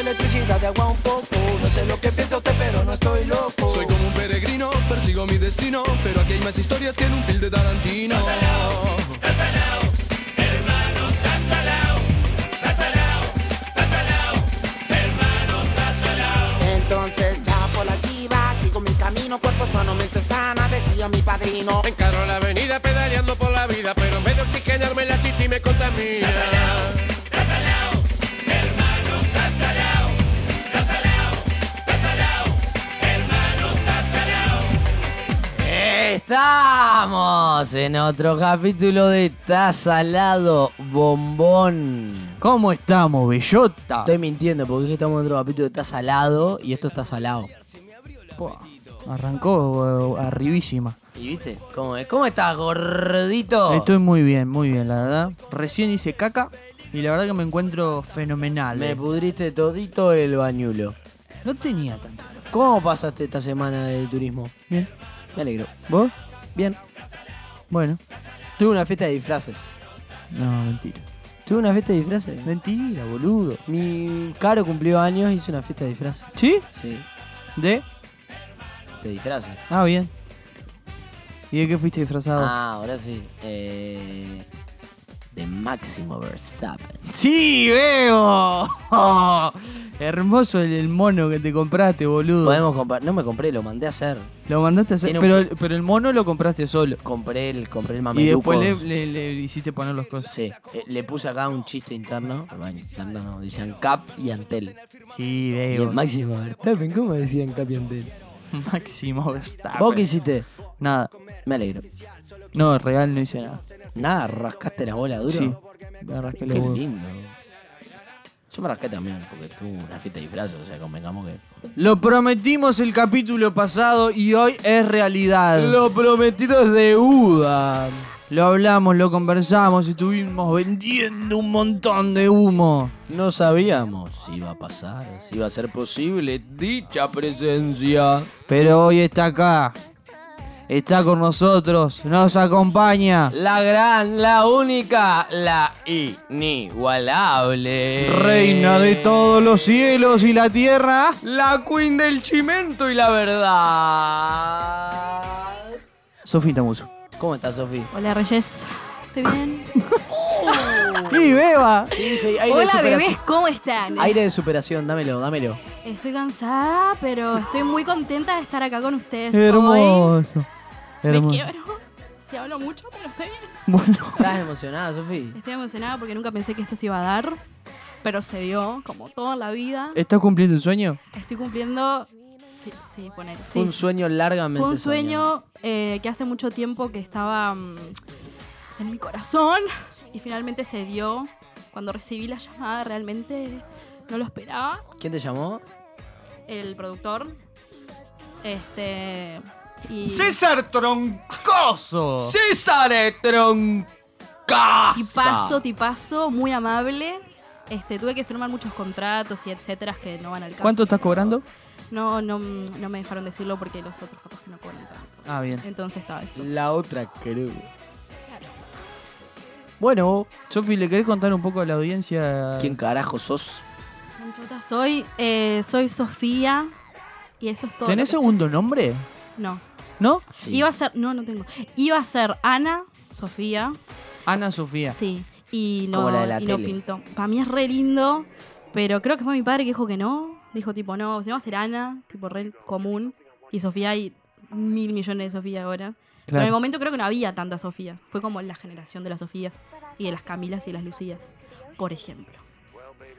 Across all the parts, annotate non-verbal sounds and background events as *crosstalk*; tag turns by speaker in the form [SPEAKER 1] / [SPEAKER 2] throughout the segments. [SPEAKER 1] electricidad de agua un poco. No sé lo que piensa usted, pero no estoy loco.
[SPEAKER 2] Soy como un peregrino, persigo mi destino, pero aquí hay más historias que en un film de Tarantino.
[SPEAKER 3] Entonces ya por la chiva, sigo mi camino, cuerpo sano, mente sana, decía mi padrino.
[SPEAKER 2] Encaro la avenida pedaleando por la vida, pero en vez de oxigenarme la city me contamina.
[SPEAKER 4] Estamos en otro capítulo de Tazalado Bombón.
[SPEAKER 5] ¿Cómo estamos, bellota?
[SPEAKER 4] Estoy mintiendo porque dije que estamos en otro capítulo de Tazalado y esto está salado.
[SPEAKER 5] Pua, Arrancó eh, arribísima.
[SPEAKER 4] ¿Y viste? ¿Cómo es? ¿Cómo estás, gordito?
[SPEAKER 5] Estoy muy bien, muy bien, la verdad. Recién hice caca y la verdad que me encuentro fenomenal.
[SPEAKER 4] Me
[SPEAKER 5] eh.
[SPEAKER 4] pudriste todito el bañulo.
[SPEAKER 5] No tenía tanto. olor.
[SPEAKER 4] ¿Cómo pasaste esta semana de turismo?
[SPEAKER 5] Bien.
[SPEAKER 4] Me alegro.
[SPEAKER 5] ¿Vos?
[SPEAKER 4] Bien.
[SPEAKER 5] Bueno.
[SPEAKER 4] Tuve una fiesta de disfraces.
[SPEAKER 5] No, mentira.
[SPEAKER 4] ¿Tuve una fiesta de disfraces?
[SPEAKER 5] Mentira, boludo.
[SPEAKER 4] Mi caro cumplió años y hizo una fiesta de disfraces.
[SPEAKER 5] ¿Sí?
[SPEAKER 4] Sí,
[SPEAKER 5] ¿De?
[SPEAKER 4] de disfraces.
[SPEAKER 5] Ah, bien. ¿Y de qué fuiste disfrazado?
[SPEAKER 4] Ah, ahora sí. Eh, de Máximo Verstappen.
[SPEAKER 5] ¡Sí, veo! *laughs* Hermoso el, el mono que te compraste, boludo.
[SPEAKER 4] Podemos comprar. No me compré, lo mandé a hacer.
[SPEAKER 5] Lo mandaste a hacer,
[SPEAKER 4] Tiene un-
[SPEAKER 5] pero, el- pero el mono lo compraste solo.
[SPEAKER 4] Compré el, compré el
[SPEAKER 5] Y
[SPEAKER 4] mameluco.
[SPEAKER 5] después le, le- le hiciste poner los cosas.
[SPEAKER 4] Sí, eh, le puse acá un chiste interno. Bueno, interno no, decían Cap y Antel.
[SPEAKER 5] Sí,
[SPEAKER 4] Y
[SPEAKER 5] veo.
[SPEAKER 4] el Máximo Verstappen, ¿cómo decían Cap y Antel?
[SPEAKER 5] Máximo Verstappen.
[SPEAKER 4] ¿Vos qué hiciste?
[SPEAKER 5] Nada.
[SPEAKER 4] Me alegro.
[SPEAKER 5] No, real no hice nada.
[SPEAKER 4] Nada, rascaste la bola duro.
[SPEAKER 5] Sí. Me rasqué
[SPEAKER 4] Qué
[SPEAKER 5] los huevos.
[SPEAKER 4] lindo. Yo me rasqué también porque tuve una fiesta de disfraces, o sea, convengamos que.
[SPEAKER 5] Lo prometimos el capítulo pasado y hoy es realidad. Lo,
[SPEAKER 4] prometido es deuda.
[SPEAKER 5] hablamos, lo conversamos, estuvimos vendiendo un montón de humo.
[SPEAKER 4] No sabíamos si iba a pasar, si iba a ser posible dicha presencia.
[SPEAKER 5] Pero hoy está acá. Está con nosotros, nos acompaña.
[SPEAKER 4] La gran, la única, la
[SPEAKER 5] Eh.
[SPEAKER 4] inigualable.
[SPEAKER 5] Reina de todos los cielos y la tierra.
[SPEAKER 4] La queen del chimento y la verdad.
[SPEAKER 5] Sofita Muso.
[SPEAKER 4] ¿Cómo estás, Sofi?
[SPEAKER 6] Hola Reyes, ¿estoy bien?
[SPEAKER 5] ¡Y beba!
[SPEAKER 4] Sí, sí,
[SPEAKER 6] Hola bebés, ¿cómo están?
[SPEAKER 4] Aire de superación, dámelo, dámelo.
[SPEAKER 6] Estoy cansada, pero estoy muy contenta de estar acá con ustedes. Hoy
[SPEAKER 5] Hermoso.
[SPEAKER 6] me *laughs*
[SPEAKER 5] Hermoso.
[SPEAKER 6] quiebro, si hablo mucho, pero estoy bien.
[SPEAKER 5] Bueno,
[SPEAKER 4] ¿Estás emocionada, Sofi?
[SPEAKER 6] Estoy emocionada porque nunca pensé que esto se iba a dar, pero se dio, como toda la vida.
[SPEAKER 4] Eh.
[SPEAKER 5] ¿estás cumpliendo un sueño?
[SPEAKER 6] Estoy cumpliendo... Sí, sí, poner.
[SPEAKER 4] Fue un sueño largamente.
[SPEAKER 6] Fue un
[SPEAKER 4] soñado.
[SPEAKER 6] sueño eh, que hace mucho tiempo que estaba mm, en mi corazón y finalmente se dio. Cuando recibí la llamada realmente no lo esperaba.
[SPEAKER 4] ¿Quién te llamó?
[SPEAKER 6] El productor. Este. Y,
[SPEAKER 5] César Troncoso.
[SPEAKER 4] César Troncaza.
[SPEAKER 6] tipazo, tipazo, muy amable. Este, tuve que firmar muchos contratos y etcétera que no van al caso.
[SPEAKER 5] ¿Cuánto estás cobrando?
[SPEAKER 6] No, no, mm, no me dejaron decirlo porque los otros capaz que no cobran tanto.
[SPEAKER 5] Ah, bien.
[SPEAKER 6] Entonces estaba eso.
[SPEAKER 4] La otra creo. Bueno,
[SPEAKER 5] Sofi, ¿le querés contar un poco a la audiencia?
[SPEAKER 4] ¿quién carajo sos?
[SPEAKER 6] Muchachas, Soy, eh, soy Sofía y eso es todo.
[SPEAKER 5] ¿Tenés
[SPEAKER 6] lo que
[SPEAKER 5] segundo nombre?
[SPEAKER 6] soy. No.
[SPEAKER 5] ¿No?
[SPEAKER 6] Iba a ser, no, no tengo. Iba a ser Ana, Sofía,
[SPEAKER 5] Ana Sofía.
[SPEAKER 6] sí, y no,
[SPEAKER 4] Como la de la
[SPEAKER 6] y no
[SPEAKER 4] tele.
[SPEAKER 6] pintó. Para mí es re lindo, pero creo que fue mi padre que dijo que no. Dijo tipo, no, se va a ser Ana, tipo re común. Y Sofía hay mil millones de Sofía ahora. Pero en el
[SPEAKER 5] Claro.
[SPEAKER 6] momento creo que no había tanta Sofía. Fue como la generación de las Sofías y de las Camilas y las Lucías, por ejemplo.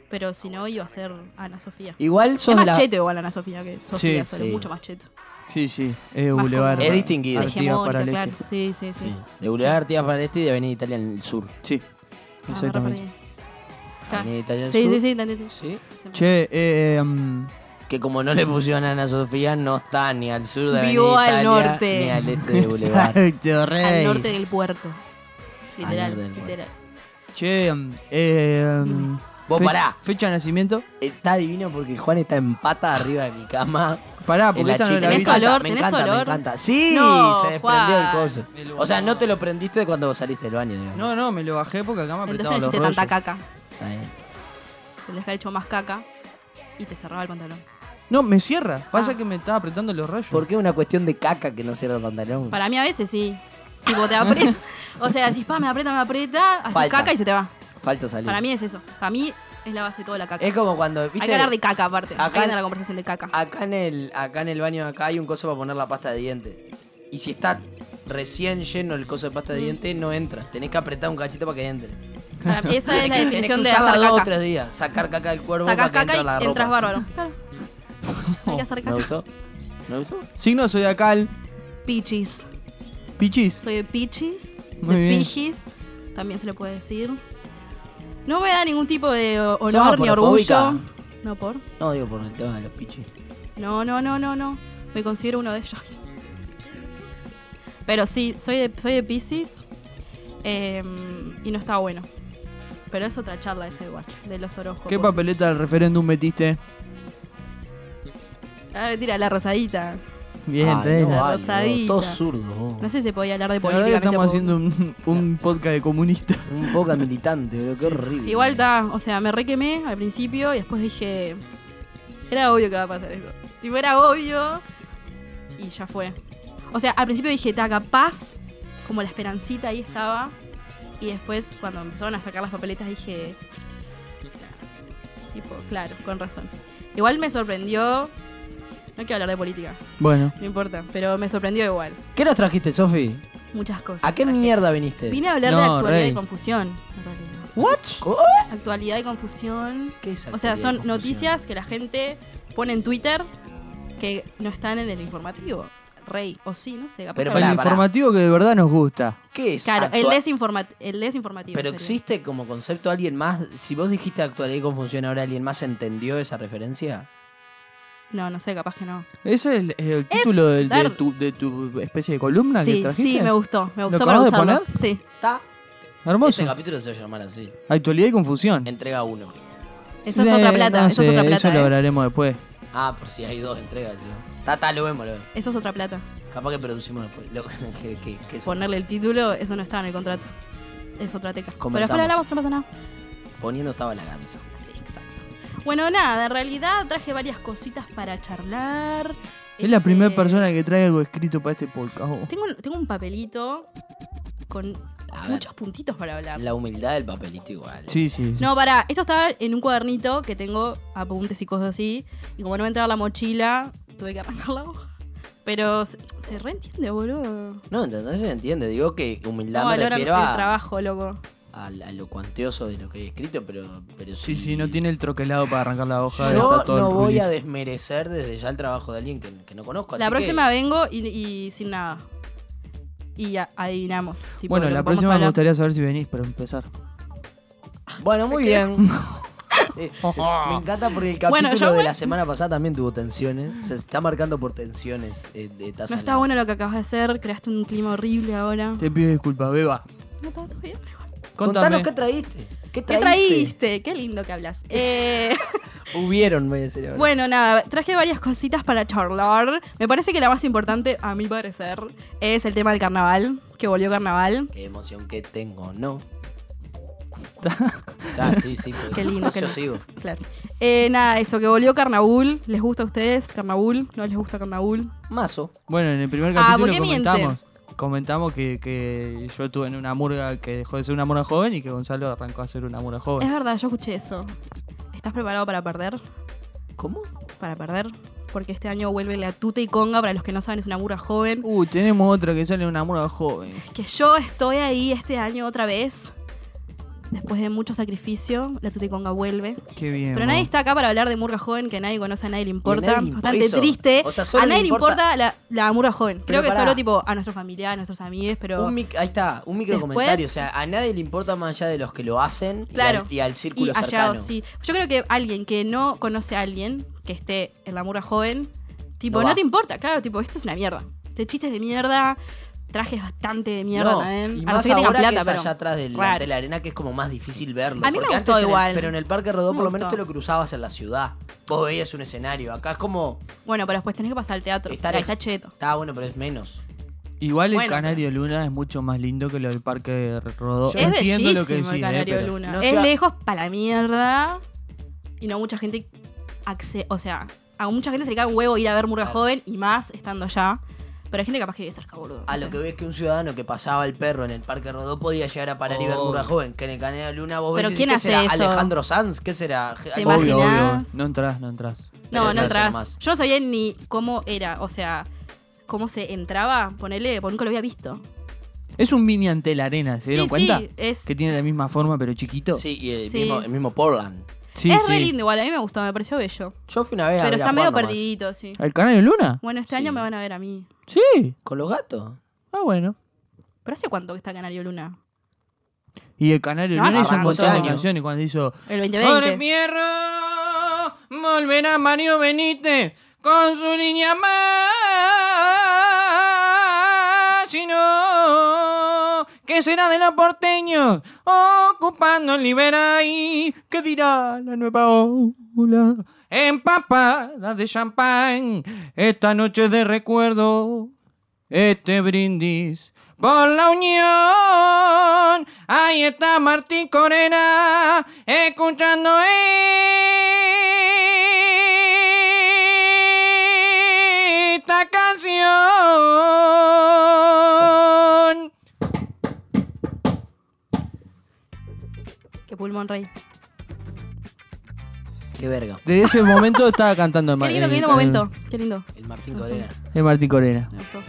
[SPEAKER 6] Pero si no, iba a ser Ana Sofía.
[SPEAKER 4] Igual sos
[SPEAKER 6] Es
[SPEAKER 4] de
[SPEAKER 6] más
[SPEAKER 4] la.
[SPEAKER 6] cheto igual Ana Sofía que Sofía,
[SPEAKER 5] Sí,
[SPEAKER 6] solo
[SPEAKER 4] sí.
[SPEAKER 6] mucho más cheto.
[SPEAKER 5] Sí, sí. Es
[SPEAKER 6] Más
[SPEAKER 5] Boulevard.
[SPEAKER 6] como- Es
[SPEAKER 4] distinguido.
[SPEAKER 5] Artigas
[SPEAKER 6] Hegemónica,
[SPEAKER 5] para el
[SPEAKER 6] claro.
[SPEAKER 5] este.
[SPEAKER 6] Sí, sí, sí.
[SPEAKER 4] Sí. De Boulevard Artigas para el este y de Avenida Italia en el sur.
[SPEAKER 5] Sí.
[SPEAKER 6] Ah,
[SPEAKER 5] Exactamente.
[SPEAKER 6] Claro.
[SPEAKER 4] Avenida Italia en el
[SPEAKER 6] Ah. Sí,
[SPEAKER 4] sur.
[SPEAKER 6] sí, sí, entendí, sí.
[SPEAKER 4] Sí.
[SPEAKER 5] Che, eh, eh, mm,
[SPEAKER 4] Que como no le pusieron a Ana Sofía, no está ni al sur de
[SPEAKER 6] Vivo
[SPEAKER 4] Avenida
[SPEAKER 6] al
[SPEAKER 4] Italia,
[SPEAKER 6] norte.
[SPEAKER 4] Ni al este *laughs* de Boulevard.
[SPEAKER 5] Exacto,
[SPEAKER 6] Al
[SPEAKER 5] rey.
[SPEAKER 6] norte del puerto.
[SPEAKER 4] norte del
[SPEAKER 6] Literal,
[SPEAKER 4] puerto.
[SPEAKER 6] literal.
[SPEAKER 5] Che, mm, eh, mm,
[SPEAKER 4] Vos
[SPEAKER 5] fe-
[SPEAKER 4] pará.
[SPEAKER 5] Fecha de nacimiento.
[SPEAKER 4] Está divino porque Juan está en pata arriba de mi cama.
[SPEAKER 5] Pará, Ah, porque
[SPEAKER 4] En la
[SPEAKER 5] esta no
[SPEAKER 4] chica.
[SPEAKER 5] la
[SPEAKER 4] Me
[SPEAKER 6] ¿Tenés
[SPEAKER 5] vi.
[SPEAKER 4] encanta,
[SPEAKER 6] olor?
[SPEAKER 4] me
[SPEAKER 6] ¿Tenés
[SPEAKER 4] encanta, Me
[SPEAKER 6] olor?
[SPEAKER 4] encanta. Sí,
[SPEAKER 6] No,
[SPEAKER 4] se desprendió el
[SPEAKER 6] Juan.
[SPEAKER 4] coso. O sea, no te lo prendiste cuando saliste del baño. digamos.
[SPEAKER 5] No, no, me lo bajé porque acá me
[SPEAKER 6] Entonces
[SPEAKER 5] apretaban
[SPEAKER 6] no
[SPEAKER 5] los
[SPEAKER 6] hiciste
[SPEAKER 5] rollos.
[SPEAKER 6] tanta caca.
[SPEAKER 4] Está bien.
[SPEAKER 6] Tendrías que haber hecho más caca. y te cerraba el pantalón.
[SPEAKER 5] No, me cierra. Pasa
[SPEAKER 6] Ah.
[SPEAKER 5] que me está apretando los rayos.
[SPEAKER 4] ¿Por qué una cuestión de caca que no cierra el pantalón?
[SPEAKER 6] Para mí a veces sí. Tipo,
[SPEAKER 4] *laughs*
[SPEAKER 6] te aprieta. o sea, decís, pa, me aprieta, me aprieta, haces
[SPEAKER 4] Falta.
[SPEAKER 6] caca y se te va.
[SPEAKER 4] Falta salir.
[SPEAKER 6] Para mí es eso. Para mí es la base de toda la caca.
[SPEAKER 4] Es como cuando.
[SPEAKER 6] Hay
[SPEAKER 4] ¿viste?
[SPEAKER 6] que hablar de caca aparte.
[SPEAKER 4] Acá-
[SPEAKER 6] Hay que tener la conversación de caca.
[SPEAKER 4] Acá en el, acá en el baño acá hay un coso para poner la pasta de dientes. Y si está recién lleno el coso de pasta de dientes, no entra. Tenés que apretar un cachito para que entre.
[SPEAKER 6] Para mí Mm.
[SPEAKER 4] *laughs*
[SPEAKER 6] esa es
[SPEAKER 4] Tenés
[SPEAKER 6] la
[SPEAKER 4] que-
[SPEAKER 6] definición de
[SPEAKER 4] tenés que usarla
[SPEAKER 6] hacer
[SPEAKER 4] dos o tres
[SPEAKER 6] caca.
[SPEAKER 4] días. Sacar caca del cuervo
[SPEAKER 6] Sacás
[SPEAKER 4] para que entre
[SPEAKER 6] caca
[SPEAKER 4] la
[SPEAKER 6] y entras
[SPEAKER 4] ropa.
[SPEAKER 6] bárbaro.
[SPEAKER 4] *laughs*
[SPEAKER 6] Claro. Hay que hacer
[SPEAKER 4] ¿Me
[SPEAKER 6] caca.
[SPEAKER 4] gustó? ¿Me gustó?
[SPEAKER 5] Signo zodiacal.
[SPEAKER 6] Pichis.
[SPEAKER 5] Pichis.
[SPEAKER 6] Soy de Pichis.
[SPEAKER 5] Muy
[SPEAKER 6] de
[SPEAKER 5] bien.
[SPEAKER 6] Pichis. También se le puede decir. No me da ningún tipo de o-
[SPEAKER 4] ¿Sos
[SPEAKER 6] honor ni
[SPEAKER 4] aporofóbica?
[SPEAKER 6] orgullo. No por.
[SPEAKER 4] No, digo por el tema de los pichis.
[SPEAKER 6] No, no, no, no, no. Me considero uno de ellos. Pero sí, soy de, soy de Pisces y no está bueno. Pero es otra charla esa igual, de los horóscopos.
[SPEAKER 5] ¿Qué papeleta del referéndum metiste?
[SPEAKER 6] Ah, tira, la rosadita.
[SPEAKER 5] Bien,
[SPEAKER 4] Ay,
[SPEAKER 5] Reina.
[SPEAKER 4] no,
[SPEAKER 6] La
[SPEAKER 4] vale,
[SPEAKER 6] rosadita.
[SPEAKER 4] Todos zurdos, vos.
[SPEAKER 6] No sé si se podía hablar de
[SPEAKER 5] La verdad que
[SPEAKER 6] política. este
[SPEAKER 5] estamos haciendo un, un podcast de comunistas.
[SPEAKER 4] Un poco militante, bro. Qué horrible.
[SPEAKER 6] Igual está, o sea, me requemé al principio y después dije, era obvio que va a pasar esto. Tipo, era obvio y ya fue. O sea, al principio dije, está capaz, como la esperancita ahí estaba. Y después, cuando empezaron a sacar las papeletas, dije, "Claro". tipo, claro, con razón. Igual me sorprendió, no quiero hablar de política,
[SPEAKER 5] Bueno.
[SPEAKER 6] no importa, pero me sorprendió igual,
[SPEAKER 4] ¿Qué nos trajiste, Sofi?
[SPEAKER 6] muchas cosas.
[SPEAKER 4] ¿A qué
[SPEAKER 6] Traje-
[SPEAKER 4] mierda viniste?
[SPEAKER 6] Vine a hablar de
[SPEAKER 5] No,
[SPEAKER 6] actualidad
[SPEAKER 5] Rey.
[SPEAKER 6] y confusión, en realidad.
[SPEAKER 4] ¿What?
[SPEAKER 6] Actualidad y confusión.
[SPEAKER 4] ¿Qué es
[SPEAKER 6] O sea,
[SPEAKER 4] actualidad y
[SPEAKER 6] son
[SPEAKER 4] confusión?
[SPEAKER 6] noticias que la gente pone en Twitter que no están en el informativo. Rey, o sí, no sé. capaz
[SPEAKER 4] Pero
[SPEAKER 6] que
[SPEAKER 5] el
[SPEAKER 4] pará,
[SPEAKER 6] habrá.
[SPEAKER 4] pará.
[SPEAKER 5] informativo que de verdad nos gusta.
[SPEAKER 4] ¿Qué es?
[SPEAKER 6] Claro, el,
[SPEAKER 4] actua-
[SPEAKER 6] desinforma el desinformativo.
[SPEAKER 4] Pero
[SPEAKER 6] sería.
[SPEAKER 4] existe como concepto alguien más. Si vos dijiste actualidad y confusión, ahora alguien más entendió esa referencia.
[SPEAKER 6] No, no sé, capaz que no.
[SPEAKER 5] ¿Ese es el, el título del- de,
[SPEAKER 6] dar-
[SPEAKER 5] tu, de tu especie de columna que
[SPEAKER 6] Sí,
[SPEAKER 5] trajiste?
[SPEAKER 6] sí, me gustó. Me
[SPEAKER 5] ¿Lo
[SPEAKER 6] gustó para
[SPEAKER 5] acabas de
[SPEAKER 6] usarlo.
[SPEAKER 5] poner?
[SPEAKER 6] Sí,
[SPEAKER 4] Está.
[SPEAKER 5] Hermoso.
[SPEAKER 4] Este capítulo se va a llamar así.
[SPEAKER 5] Actualidad y confusión.
[SPEAKER 4] Entrega uno.
[SPEAKER 6] eso es otra
[SPEAKER 5] Eh,
[SPEAKER 6] plata.
[SPEAKER 5] no
[SPEAKER 6] eso es
[SPEAKER 5] sé,
[SPEAKER 6] otra plata.
[SPEAKER 5] Eso lo
[SPEAKER 6] eh.
[SPEAKER 5] hablaremos después.
[SPEAKER 4] Ah, por si hay dos entregas. ¿sí? Está, está, lo vemos, lo vemos.
[SPEAKER 6] Eso es otra plata.
[SPEAKER 4] Capaz que producimos después. Lo- *laughs* que- que- que eso.
[SPEAKER 6] Ponerle el título, eso no está en el contrato. Es otra teca. Pero después
[SPEAKER 4] Conversamos.
[SPEAKER 6] lo hablamos, no pasa nada.
[SPEAKER 4] Poniendo estaba la ganza.
[SPEAKER 6] Sí, exacto. Bueno, nada, en realidad traje varias cositas para charlar.
[SPEAKER 5] Es la
[SPEAKER 6] Este,
[SPEAKER 5] primera persona que trae algo escrito para este podcast. vos.
[SPEAKER 6] Tengo, un- tengo un papelito con
[SPEAKER 4] A ver.
[SPEAKER 6] muchos puntitos para hablar.
[SPEAKER 4] La humildad del papelito igual.
[SPEAKER 5] Sí, sí.
[SPEAKER 6] No, pará, esto estaba en un cuadernito que tengo apuntes y cosas así. Y como no me entraba la mochila, tuve que arrancar la hoja. Pero se, se reentiende, boludo.
[SPEAKER 4] No, ¿entendés? Se entiende. Digo que humildad
[SPEAKER 6] No
[SPEAKER 4] me
[SPEAKER 6] valoran el
[SPEAKER 4] refiero a,
[SPEAKER 6] trabajo, loco.
[SPEAKER 4] a- a lo cuantioso de lo que he escrito, pero, pero
[SPEAKER 5] Sí, sí, no tiene el troquelado para arrancar la hoja.
[SPEAKER 4] Yo
[SPEAKER 5] está todo
[SPEAKER 4] no voy
[SPEAKER 5] enrulito.
[SPEAKER 4] a desmerecer desde ya el trabajo de alguien que, que no conozco.
[SPEAKER 6] La
[SPEAKER 4] así Pues que-
[SPEAKER 6] próxima vengo y, y sin nada. Y a- adivinamos. tipo,
[SPEAKER 5] Bueno,
[SPEAKER 6] lo que
[SPEAKER 5] la
[SPEAKER 6] podemos
[SPEAKER 5] próxima me
[SPEAKER 6] hablar.
[SPEAKER 5] gustaría saber si venís para empezar.
[SPEAKER 4] Bueno, muy
[SPEAKER 6] *laughs*
[SPEAKER 4] bien. Eh, *laughs* Me encanta porque el capítulo
[SPEAKER 6] Bueno, yo
[SPEAKER 4] de
[SPEAKER 6] voy-
[SPEAKER 4] la semana pasada también tuvo tensiones. Se está marcando por tensiones. eh, de taza
[SPEAKER 6] No
[SPEAKER 4] en
[SPEAKER 6] está
[SPEAKER 4] la-
[SPEAKER 6] bueno lo que acabas de hacer, creaste un clima horrible ahora.
[SPEAKER 5] Te pido disculpas, Beba.
[SPEAKER 6] No, está todo bien.
[SPEAKER 5] Contame.
[SPEAKER 4] Contanos qué traíste. ¿Qué traíste?
[SPEAKER 6] ¿Qué traíste? Qué lindo que hablas. Eh,
[SPEAKER 4] Hubieron, me decía. ahora.
[SPEAKER 6] bueno, nada, traje varias cositas para charlar. Me parece que la más importante, a mi parecer, es el tema del carnaval, que volvió carnaval.
[SPEAKER 4] Qué emoción que tengo,
[SPEAKER 6] *laughs*
[SPEAKER 4] ¿no? ah, sí, sí. pues,
[SPEAKER 6] Qué lindo, qué
[SPEAKER 4] Yo
[SPEAKER 6] lindo.
[SPEAKER 4] sigo.
[SPEAKER 6] Claro. Eh, nada, eso, que volvió carnaval. ¿Les gusta a ustedes carnaval? ¿No les gusta carnaval?
[SPEAKER 4] Mazo.
[SPEAKER 5] Bueno, en el primer
[SPEAKER 6] Ah,
[SPEAKER 5] capítulo
[SPEAKER 6] ¿por qué miente?
[SPEAKER 5] comentamos. Comentamos que, que yo estuve en una murga que dejó de ser una murga joven y que Gonzalo arrancó a ser una murga
[SPEAKER 6] Es
[SPEAKER 5] joven.
[SPEAKER 6] verdad, yo escuché eso. ¿Estás preparado para perder?
[SPEAKER 4] ¿Cómo?
[SPEAKER 6] Para perder. Porque este año vuelve la tuta y conga, para los que no saben, es una mura joven.
[SPEAKER 5] Uh, tenemos otra que sale una murga joven.
[SPEAKER 6] que yo estoy ahí este año otra vez. Después de mucho sacrificio, la Tuticonga vuelve.
[SPEAKER 5] Qué bien.
[SPEAKER 6] Pero
[SPEAKER 5] vos.
[SPEAKER 6] nadie está acá para hablar de Murga Joven, que nadie conoce, a nadie le importa.
[SPEAKER 4] nadie le imp-
[SPEAKER 6] Bastante
[SPEAKER 4] eso.
[SPEAKER 6] triste.
[SPEAKER 4] O sea, solo
[SPEAKER 6] a
[SPEAKER 4] le
[SPEAKER 6] nadie le
[SPEAKER 4] importa-
[SPEAKER 6] importa, la, la Murga Joven. Creo
[SPEAKER 4] Pero
[SPEAKER 6] que
[SPEAKER 4] pará.
[SPEAKER 6] solo tipo a nuestra familia, a nuestros amigos, pero...
[SPEAKER 4] Un mic- ahí está, un micro
[SPEAKER 6] Después-
[SPEAKER 4] comentario. O sea, a nadie le importa más allá de los que lo hacen y
[SPEAKER 6] Claro.
[SPEAKER 4] al- y, al, círculo
[SPEAKER 6] y
[SPEAKER 4] cercano.
[SPEAKER 6] hallados, sí. Yo creo que alguien que no conoce a alguien que esté en la Murga Joven, tipo,
[SPEAKER 4] No
[SPEAKER 6] no,
[SPEAKER 4] va.
[SPEAKER 6] te importa, claro, tipo, esto es una mierda. Este chiste es de mierda, trajes bastante de mierda
[SPEAKER 4] No,
[SPEAKER 6] también.
[SPEAKER 4] Y
[SPEAKER 6] a no
[SPEAKER 4] más
[SPEAKER 6] ser que tengas
[SPEAKER 4] ahora
[SPEAKER 6] plata,
[SPEAKER 4] que es
[SPEAKER 6] pero...
[SPEAKER 4] allá atrás del,
[SPEAKER 6] Raro.
[SPEAKER 4] de la arena que es como más difícil verlo.
[SPEAKER 6] A mí me
[SPEAKER 4] porque
[SPEAKER 6] gustó
[SPEAKER 4] antes en el-
[SPEAKER 6] igual.
[SPEAKER 4] pero en el Parque Rodó
[SPEAKER 6] Me
[SPEAKER 4] por lo menos
[SPEAKER 6] gustó.
[SPEAKER 4] te lo cruzabas en la ciudad. Vos veías un escenario. Acá es como...
[SPEAKER 6] Bueno, pero después tenés que pasar al teatro.
[SPEAKER 4] Está
[SPEAKER 6] Ahí
[SPEAKER 4] lejos.
[SPEAKER 6] está cheto.
[SPEAKER 4] Está bueno, pero es menos.
[SPEAKER 5] Igual el
[SPEAKER 6] Bueno,
[SPEAKER 5] Canario Luna es mucho más lindo que lo del Parque de Rodó.
[SPEAKER 6] es
[SPEAKER 5] Entiendo
[SPEAKER 6] bellísimo
[SPEAKER 5] lo que decís,
[SPEAKER 6] el
[SPEAKER 5] eh,
[SPEAKER 6] Canario
[SPEAKER 5] pero-
[SPEAKER 6] Luna.
[SPEAKER 4] No,
[SPEAKER 6] es
[SPEAKER 4] te va-
[SPEAKER 6] lejos para la mierda. Y no mucha gente acce- o sea, a mucha gente se le cae un huevo ir a ver Murga Joven y más estando allá. Pero hay gente capaz que vive cerca, boludo.
[SPEAKER 4] A
[SPEAKER 6] no
[SPEAKER 4] lo
[SPEAKER 6] sé.
[SPEAKER 4] que ves que un ciudadano que pasaba el perro en el Parque Rodó podía llegar a parar y ver
[SPEAKER 7] Obvio.
[SPEAKER 4] Murga Joven, que en el Canal de Luna vos
[SPEAKER 6] Pero
[SPEAKER 4] ves y
[SPEAKER 6] ¿quién
[SPEAKER 4] ¿qué
[SPEAKER 6] hace
[SPEAKER 4] será?
[SPEAKER 6] eso?
[SPEAKER 4] Alejandro Sanz, ¿qué será?
[SPEAKER 6] Te
[SPEAKER 4] Algo-
[SPEAKER 5] Obvio, obvio.
[SPEAKER 6] imaginás?
[SPEAKER 5] No entras, no entras.
[SPEAKER 6] No,
[SPEAKER 4] Pero
[SPEAKER 6] no
[SPEAKER 4] es eso
[SPEAKER 6] entras.
[SPEAKER 4] nomás.
[SPEAKER 6] Yo no sabía ni cómo era, o sea, cómo se entraba, ponele, porque nunca lo había visto.
[SPEAKER 5] Es un mini ante la arena, ¿se
[SPEAKER 6] Sí,
[SPEAKER 5] dieron
[SPEAKER 6] sí,
[SPEAKER 5] cuenta?
[SPEAKER 6] es-
[SPEAKER 5] Que tiene la misma forma, pero chiquito.
[SPEAKER 4] Sí, y el,
[SPEAKER 6] Sí.
[SPEAKER 4] Mismo, el mismo Portland.
[SPEAKER 5] sí.
[SPEAKER 6] es
[SPEAKER 5] sí.
[SPEAKER 6] re lindo igual, a mí me gustó, me pareció bello.
[SPEAKER 4] Yo fui una vez a
[SPEAKER 6] Pero
[SPEAKER 4] ver a
[SPEAKER 6] está medio
[SPEAKER 4] Juan nomás.
[SPEAKER 6] perdidito, sí.
[SPEAKER 5] ¿El Canario Luna?
[SPEAKER 6] Bueno, este
[SPEAKER 4] Sí.
[SPEAKER 6] año me van a ver a mí.
[SPEAKER 5] Sí.
[SPEAKER 4] ¿Con los gatos?
[SPEAKER 5] Ah, bueno.
[SPEAKER 6] ¿Pero hace cuánto que está Canario Luna?
[SPEAKER 5] Y el Canario
[SPEAKER 6] No,
[SPEAKER 5] Luna hizo Ah, un
[SPEAKER 6] arrancó
[SPEAKER 5] montón de
[SPEAKER 4] todo.
[SPEAKER 5] canciones cuando hizo...
[SPEAKER 6] El
[SPEAKER 5] ¡Pobre
[SPEAKER 6] 2020.
[SPEAKER 5] Pierro! Volverá Mario Benítez con su línea más. Sino, ¿qué será de los porteños? Ocupando el Liberay. ¿Qué dirá la nueva ola? Empapada de champán. Esta noche de recuerdo. Este brindis. Por la unión, ahí está Martín Corena, escuchando esta canción.
[SPEAKER 6] Qué pulmón rey.
[SPEAKER 4] Qué verga.
[SPEAKER 5] De ese momento estaba cantando el,
[SPEAKER 6] *laughs* Qué lindo, qué lindo momento. Qué lindo.
[SPEAKER 4] El Martín Corena.
[SPEAKER 5] Martín Corena.
[SPEAKER 6] Me gustó.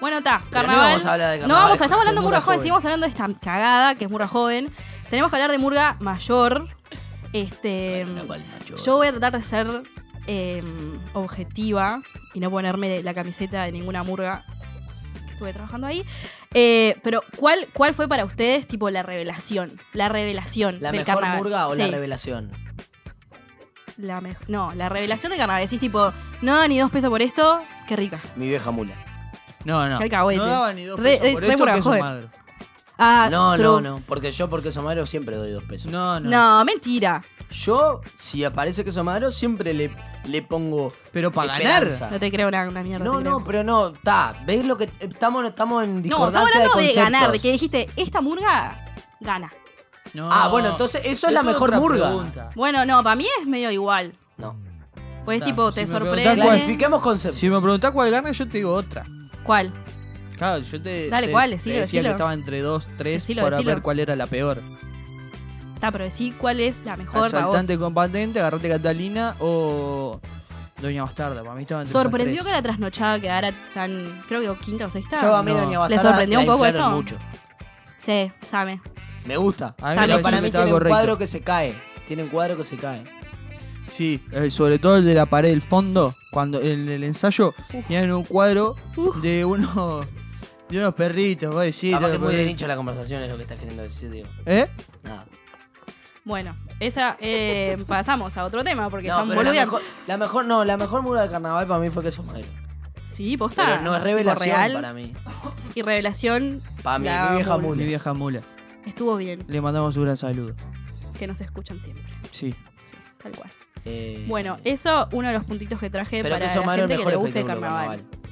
[SPEAKER 6] Bueno, está,
[SPEAKER 4] Pero no
[SPEAKER 6] carnaval.
[SPEAKER 4] vamos a hablar de
[SPEAKER 6] No
[SPEAKER 4] carnaval,
[SPEAKER 6] vamos a- estamos hablando de
[SPEAKER 4] de
[SPEAKER 6] Murga
[SPEAKER 4] Murga
[SPEAKER 6] Joven,
[SPEAKER 4] Joven.
[SPEAKER 6] seguimos hablando de esta cagada que es Murga Joven. Tenemos que hablar de Murga Mayor. Este. Yo voy a tratar de ser eh, objetiva y no ponerme de- la camiseta de ninguna murga que estuve trabajando ahí. Eh, pero, ¿cuál, ¿cuál fue para ustedes, tipo, la revelación? La revelación
[SPEAKER 4] ¿La
[SPEAKER 6] del
[SPEAKER 4] mejor
[SPEAKER 6] carnaval.
[SPEAKER 4] murga o la
[SPEAKER 6] Sí,
[SPEAKER 4] revelación?
[SPEAKER 6] la mej- No, la revelación del carnaval. Decís, tipo, no daba ni dos pesos por esto, qué rica.
[SPEAKER 4] Mi vieja mula.
[SPEAKER 5] No, no.
[SPEAKER 6] Qué alcahuete.
[SPEAKER 5] No daba ni dos
[SPEAKER 6] Re-
[SPEAKER 5] pesos
[SPEAKER 6] re-
[SPEAKER 5] por
[SPEAKER 6] re
[SPEAKER 5] esto,
[SPEAKER 6] Murga
[SPEAKER 5] queso
[SPEAKER 6] Joven.
[SPEAKER 5] magro.
[SPEAKER 6] Ah,
[SPEAKER 4] No,
[SPEAKER 6] true.
[SPEAKER 4] no, no. Porque yo, porque soy madero, siempre doy dos pesos.
[SPEAKER 5] No, no.
[SPEAKER 6] No, mentira.
[SPEAKER 4] Yo, si aparece que soy madero, siempre le, le pongo.
[SPEAKER 5] Pero para ganar.
[SPEAKER 4] esperanza.
[SPEAKER 6] No te creo una, una mierda.
[SPEAKER 4] Ah. No,
[SPEAKER 6] te creo.
[SPEAKER 4] no, pero no, está. ¿Ves lo que estamos, estamos en
[SPEAKER 6] No, estamos
[SPEAKER 4] discordancia
[SPEAKER 6] hablando de,
[SPEAKER 4] conceptos.
[SPEAKER 6] ganar, de que dijiste, esta murga gana.
[SPEAKER 5] No.
[SPEAKER 4] Ah, bueno, entonces eso es la mejor
[SPEAKER 5] otra
[SPEAKER 4] murga.
[SPEAKER 5] pregunta.
[SPEAKER 6] Bueno, no, para mí es medio igual.
[SPEAKER 4] No.
[SPEAKER 6] Pues
[SPEAKER 5] Ta,
[SPEAKER 6] tipo,
[SPEAKER 5] si
[SPEAKER 6] te
[SPEAKER 5] me
[SPEAKER 6] sorprende.
[SPEAKER 5] preguntás cuál-
[SPEAKER 4] Clarifiquemos conceptos.
[SPEAKER 5] Si me preguntás cuál gana, yo te digo otra.
[SPEAKER 6] ¿Cuál?
[SPEAKER 5] Claro, yo te,
[SPEAKER 6] Dale,
[SPEAKER 5] te-
[SPEAKER 6] ¿cuál?
[SPEAKER 5] te
[SPEAKER 6] Decilo,
[SPEAKER 5] decía
[SPEAKER 6] decilo.
[SPEAKER 5] que estaba entre dos, tres
[SPEAKER 6] Decilo,
[SPEAKER 5] para
[SPEAKER 6] decilo.
[SPEAKER 5] ver cuál era la peor.
[SPEAKER 6] Está, pero decí cuál es la mejor para vos.
[SPEAKER 5] Asaltante con patente, agarrate Catalina o Doña Bastarda. Para mí estaba entre
[SPEAKER 6] Sorprendió
[SPEAKER 5] esas
[SPEAKER 6] que
[SPEAKER 5] tres.
[SPEAKER 6] la trasnochada quedara tan, creo que quinta o sexta.
[SPEAKER 4] Yo a mí
[SPEAKER 5] No.
[SPEAKER 4] Doña
[SPEAKER 5] ¿Le
[SPEAKER 4] Bastarda
[SPEAKER 6] sorprendió
[SPEAKER 4] la
[SPEAKER 6] un poco
[SPEAKER 4] inflaron
[SPEAKER 6] eso?
[SPEAKER 4] Mucho.
[SPEAKER 6] Sí, sabe.
[SPEAKER 4] Me gusta.
[SPEAKER 5] A mí me
[SPEAKER 4] Pero
[SPEAKER 5] pareció
[SPEAKER 4] para
[SPEAKER 5] que
[SPEAKER 4] mí
[SPEAKER 5] estaba
[SPEAKER 4] tiene
[SPEAKER 5] correcto.
[SPEAKER 4] un cuadro que se cae. Tiene un cuadro que se cae.
[SPEAKER 5] Sí, eh, sobre todo el de la pared del fondo. Cuando en el ensayo tienen un cuadro
[SPEAKER 6] Uf.
[SPEAKER 5] de unos de unos perritos. Vos decís,
[SPEAKER 4] Capaz
[SPEAKER 5] te
[SPEAKER 4] que
[SPEAKER 5] lo
[SPEAKER 4] es muy de
[SPEAKER 5] podés-
[SPEAKER 4] nicho la conversación es lo que estás queriendo decir, digo.
[SPEAKER 5] ¿Eh?
[SPEAKER 4] Nada.
[SPEAKER 6] Bueno, esa eh, *laughs* pasamos a otro tema porque
[SPEAKER 4] No,
[SPEAKER 6] están
[SPEAKER 4] pero la
[SPEAKER 6] boludeando.
[SPEAKER 4] mejor, la mejor, no, la mejor murga del carnaval para mí fue que sos madero.
[SPEAKER 6] Sí, posta.
[SPEAKER 4] Pero no es
[SPEAKER 6] Ah, tipo
[SPEAKER 4] revelación
[SPEAKER 6] real
[SPEAKER 4] para mí.
[SPEAKER 6] Y revelación
[SPEAKER 4] Para mí,
[SPEAKER 6] La
[SPEAKER 4] mi vieja
[SPEAKER 6] mula.
[SPEAKER 4] mula.
[SPEAKER 5] Mi vieja mula.
[SPEAKER 6] estuvo bien,
[SPEAKER 5] Le mandamos un gran saludo.
[SPEAKER 6] que nos escuchan siempre.
[SPEAKER 5] Sí.
[SPEAKER 6] Sí, tal cual.
[SPEAKER 4] Eh,
[SPEAKER 6] Bueno, eso uno de los puntitos que traje
[SPEAKER 4] pero
[SPEAKER 6] para
[SPEAKER 4] que
[SPEAKER 6] la
[SPEAKER 4] sos madero
[SPEAKER 6] gente
[SPEAKER 4] es
[SPEAKER 6] que
[SPEAKER 4] mejor
[SPEAKER 6] le guste el
[SPEAKER 4] espectáculo
[SPEAKER 6] carnaval.
[SPEAKER 4] carnaval.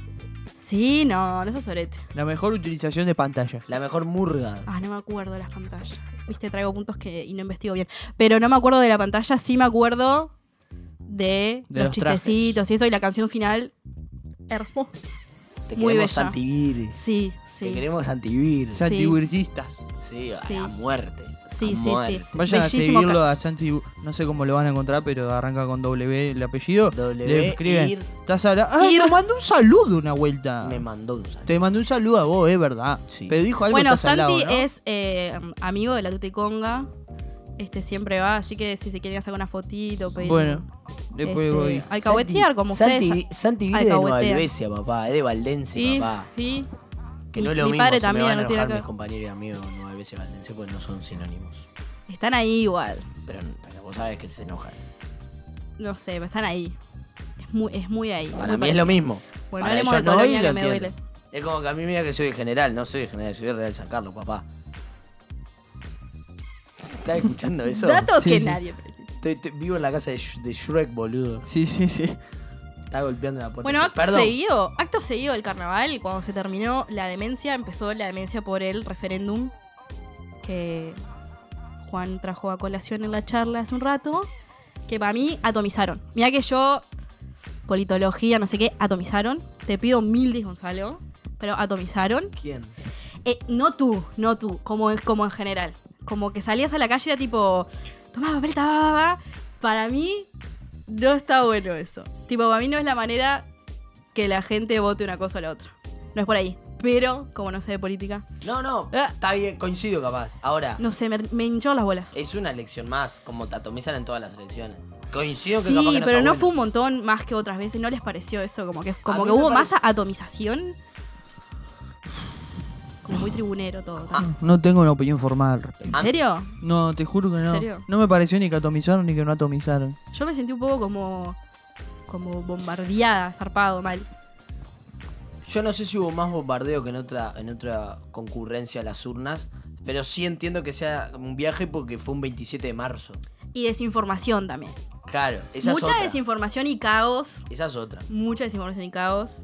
[SPEAKER 6] Sí, no, no sos sorete.
[SPEAKER 5] La mejor utilización de pantalla.
[SPEAKER 4] La mejor murga.
[SPEAKER 6] Ah, no me acuerdo de las pantallas. Viste, traigo puntos que y no investigo bien. Pero no me acuerdo de la pantalla, sí me acuerdo de,
[SPEAKER 5] De
[SPEAKER 6] los,
[SPEAKER 5] los trajes.
[SPEAKER 6] chistecitos y eso, y la canción final. Hermosa.
[SPEAKER 4] Te
[SPEAKER 6] muy
[SPEAKER 4] queremos
[SPEAKER 6] bella.
[SPEAKER 4] antivir.
[SPEAKER 6] Sí,
[SPEAKER 4] Te
[SPEAKER 6] sí.
[SPEAKER 4] queremos antivir.
[SPEAKER 6] Sí.
[SPEAKER 5] Santiburcistas.
[SPEAKER 4] Sí, a
[SPEAKER 6] Sí.
[SPEAKER 4] la muerte.
[SPEAKER 6] Sí,
[SPEAKER 4] a
[SPEAKER 6] sí, sí.
[SPEAKER 4] muerte.
[SPEAKER 5] Vayan
[SPEAKER 6] Bellísimo
[SPEAKER 5] a seguirlo
[SPEAKER 6] ca-
[SPEAKER 5] a Santi, no sé cómo lo van a encontrar, pero arranca con W el apellido.
[SPEAKER 4] W,
[SPEAKER 5] le escriben.
[SPEAKER 4] ir.
[SPEAKER 5] Estás habla- Ah,
[SPEAKER 6] Ir.
[SPEAKER 5] me mandó un saludo una
[SPEAKER 6] Ah.
[SPEAKER 5] vuelta.
[SPEAKER 4] Me mandó un saludo.
[SPEAKER 5] Te mandé un saludo a vos, es verdad.
[SPEAKER 4] Sí.
[SPEAKER 5] Pero dijo algo
[SPEAKER 6] Bueno,
[SPEAKER 5] estás al lado,
[SPEAKER 6] Santi
[SPEAKER 5] ¿no?
[SPEAKER 6] es eh, amigo de la Tuti Conga. Este siempre va, así que si se quieren hacer una fotito, pedir.
[SPEAKER 5] Bueno, después
[SPEAKER 6] este,
[SPEAKER 5] voy.
[SPEAKER 6] Alcahuetear como
[SPEAKER 4] Santi,
[SPEAKER 6] ustedes.
[SPEAKER 4] Santi vive de
[SPEAKER 6] alcahuetean.
[SPEAKER 4] Nueva Alvesia, papá. Es de Valdense,
[SPEAKER 6] Sí,
[SPEAKER 4] papá.
[SPEAKER 6] sí.
[SPEAKER 4] Que
[SPEAKER 6] Mi-
[SPEAKER 4] no es lo
[SPEAKER 6] mi
[SPEAKER 4] mismo.
[SPEAKER 6] padre
[SPEAKER 4] se me
[SPEAKER 6] también,
[SPEAKER 4] van a
[SPEAKER 6] no tiene
[SPEAKER 4] enojar
[SPEAKER 6] que
[SPEAKER 4] mis
[SPEAKER 6] ver.
[SPEAKER 4] compañeros y amigos de Nueva Alvesia y Valdense porque no son sinónimos.
[SPEAKER 6] Están ahí igual.
[SPEAKER 4] Pero, pero vos sabés que se enojan.
[SPEAKER 6] No sé, pero están ahí. Es muy, es muy ahí.
[SPEAKER 4] Para
[SPEAKER 6] muy
[SPEAKER 4] mí es lo mismo.
[SPEAKER 6] Bueno,
[SPEAKER 4] Para
[SPEAKER 6] hablemos de
[SPEAKER 4] ellos no,
[SPEAKER 6] Colonia,
[SPEAKER 4] y
[SPEAKER 6] que
[SPEAKER 4] lo
[SPEAKER 6] me
[SPEAKER 4] entienden. Es como que a mí me diga que soy de general, no soy de general, soy de Real San Carlos, papá. ¿Estás escuchando eso?
[SPEAKER 6] *laughs* Datos
[SPEAKER 5] Sí,
[SPEAKER 6] que
[SPEAKER 5] sí.
[SPEAKER 6] nadie precisa.
[SPEAKER 4] Estoy, estoy- vivo en la casa de, Sh- de Shrek, boludo.
[SPEAKER 5] Sí, sí, sí.
[SPEAKER 4] Está golpeando la puerta.
[SPEAKER 6] Bueno, acto
[SPEAKER 4] Perdón.
[SPEAKER 6] seguido, acto seguido del carnaval, cuando se terminó la demencia, empezó la demencia por el referéndum que Juan trajo a colación en la charla hace un rato. que para mí atomizaron. Mira que yo, politología, no sé qué, atomizaron. Te pido mil dis, Gonzalo, pero atomizaron.
[SPEAKER 4] ¿Quién?
[SPEAKER 6] Eh, no tú, no tú, como, en- como en general. Como que salías a la calle era tipo, tomá papel, ta, va, va, va". Para mí no está bueno eso. Tipo, para mí no es la manera que la gente vote una cosa o la otra. No es por ahí. Pero, como no sé de política,
[SPEAKER 4] No, no.
[SPEAKER 6] Ah.
[SPEAKER 4] Está bien, coincido capaz. Ahora,
[SPEAKER 6] no sé, me, me hincharon las bolas.
[SPEAKER 4] es una elección más, como te atomizan en todas las elecciones. Coincido que
[SPEAKER 6] sí,
[SPEAKER 4] capaz que
[SPEAKER 6] pero
[SPEAKER 4] está
[SPEAKER 6] no
[SPEAKER 4] bueno.
[SPEAKER 6] fue un montón más que otras veces. ¿No les pareció eso? Como que, como
[SPEAKER 4] mí
[SPEAKER 6] que
[SPEAKER 4] me
[SPEAKER 6] hubo
[SPEAKER 4] parece-
[SPEAKER 6] más atomización. Como muy tribunero todo. también.
[SPEAKER 5] No tengo una opinión formal al respecto.
[SPEAKER 4] Ah.
[SPEAKER 6] ¿En serio?
[SPEAKER 5] No, te juro que no.
[SPEAKER 6] ¿En serio?
[SPEAKER 5] No me pareció ni que atomizaron ni que no atomizaron.
[SPEAKER 6] Yo me sentí un poco como. como bombardeada, zarpado, mal.
[SPEAKER 4] Yo no sé si hubo más bombardeo que en otra, en otra concurrencia a las urnas, pero sí entiendo que sea un viaje porque fue un 27 de marzo.
[SPEAKER 6] Y desinformación también.
[SPEAKER 4] Claro, esa
[SPEAKER 6] mucha
[SPEAKER 4] es otra.
[SPEAKER 6] desinformación y caos.
[SPEAKER 4] Esa es otra.
[SPEAKER 6] Mucha desinformación y caos.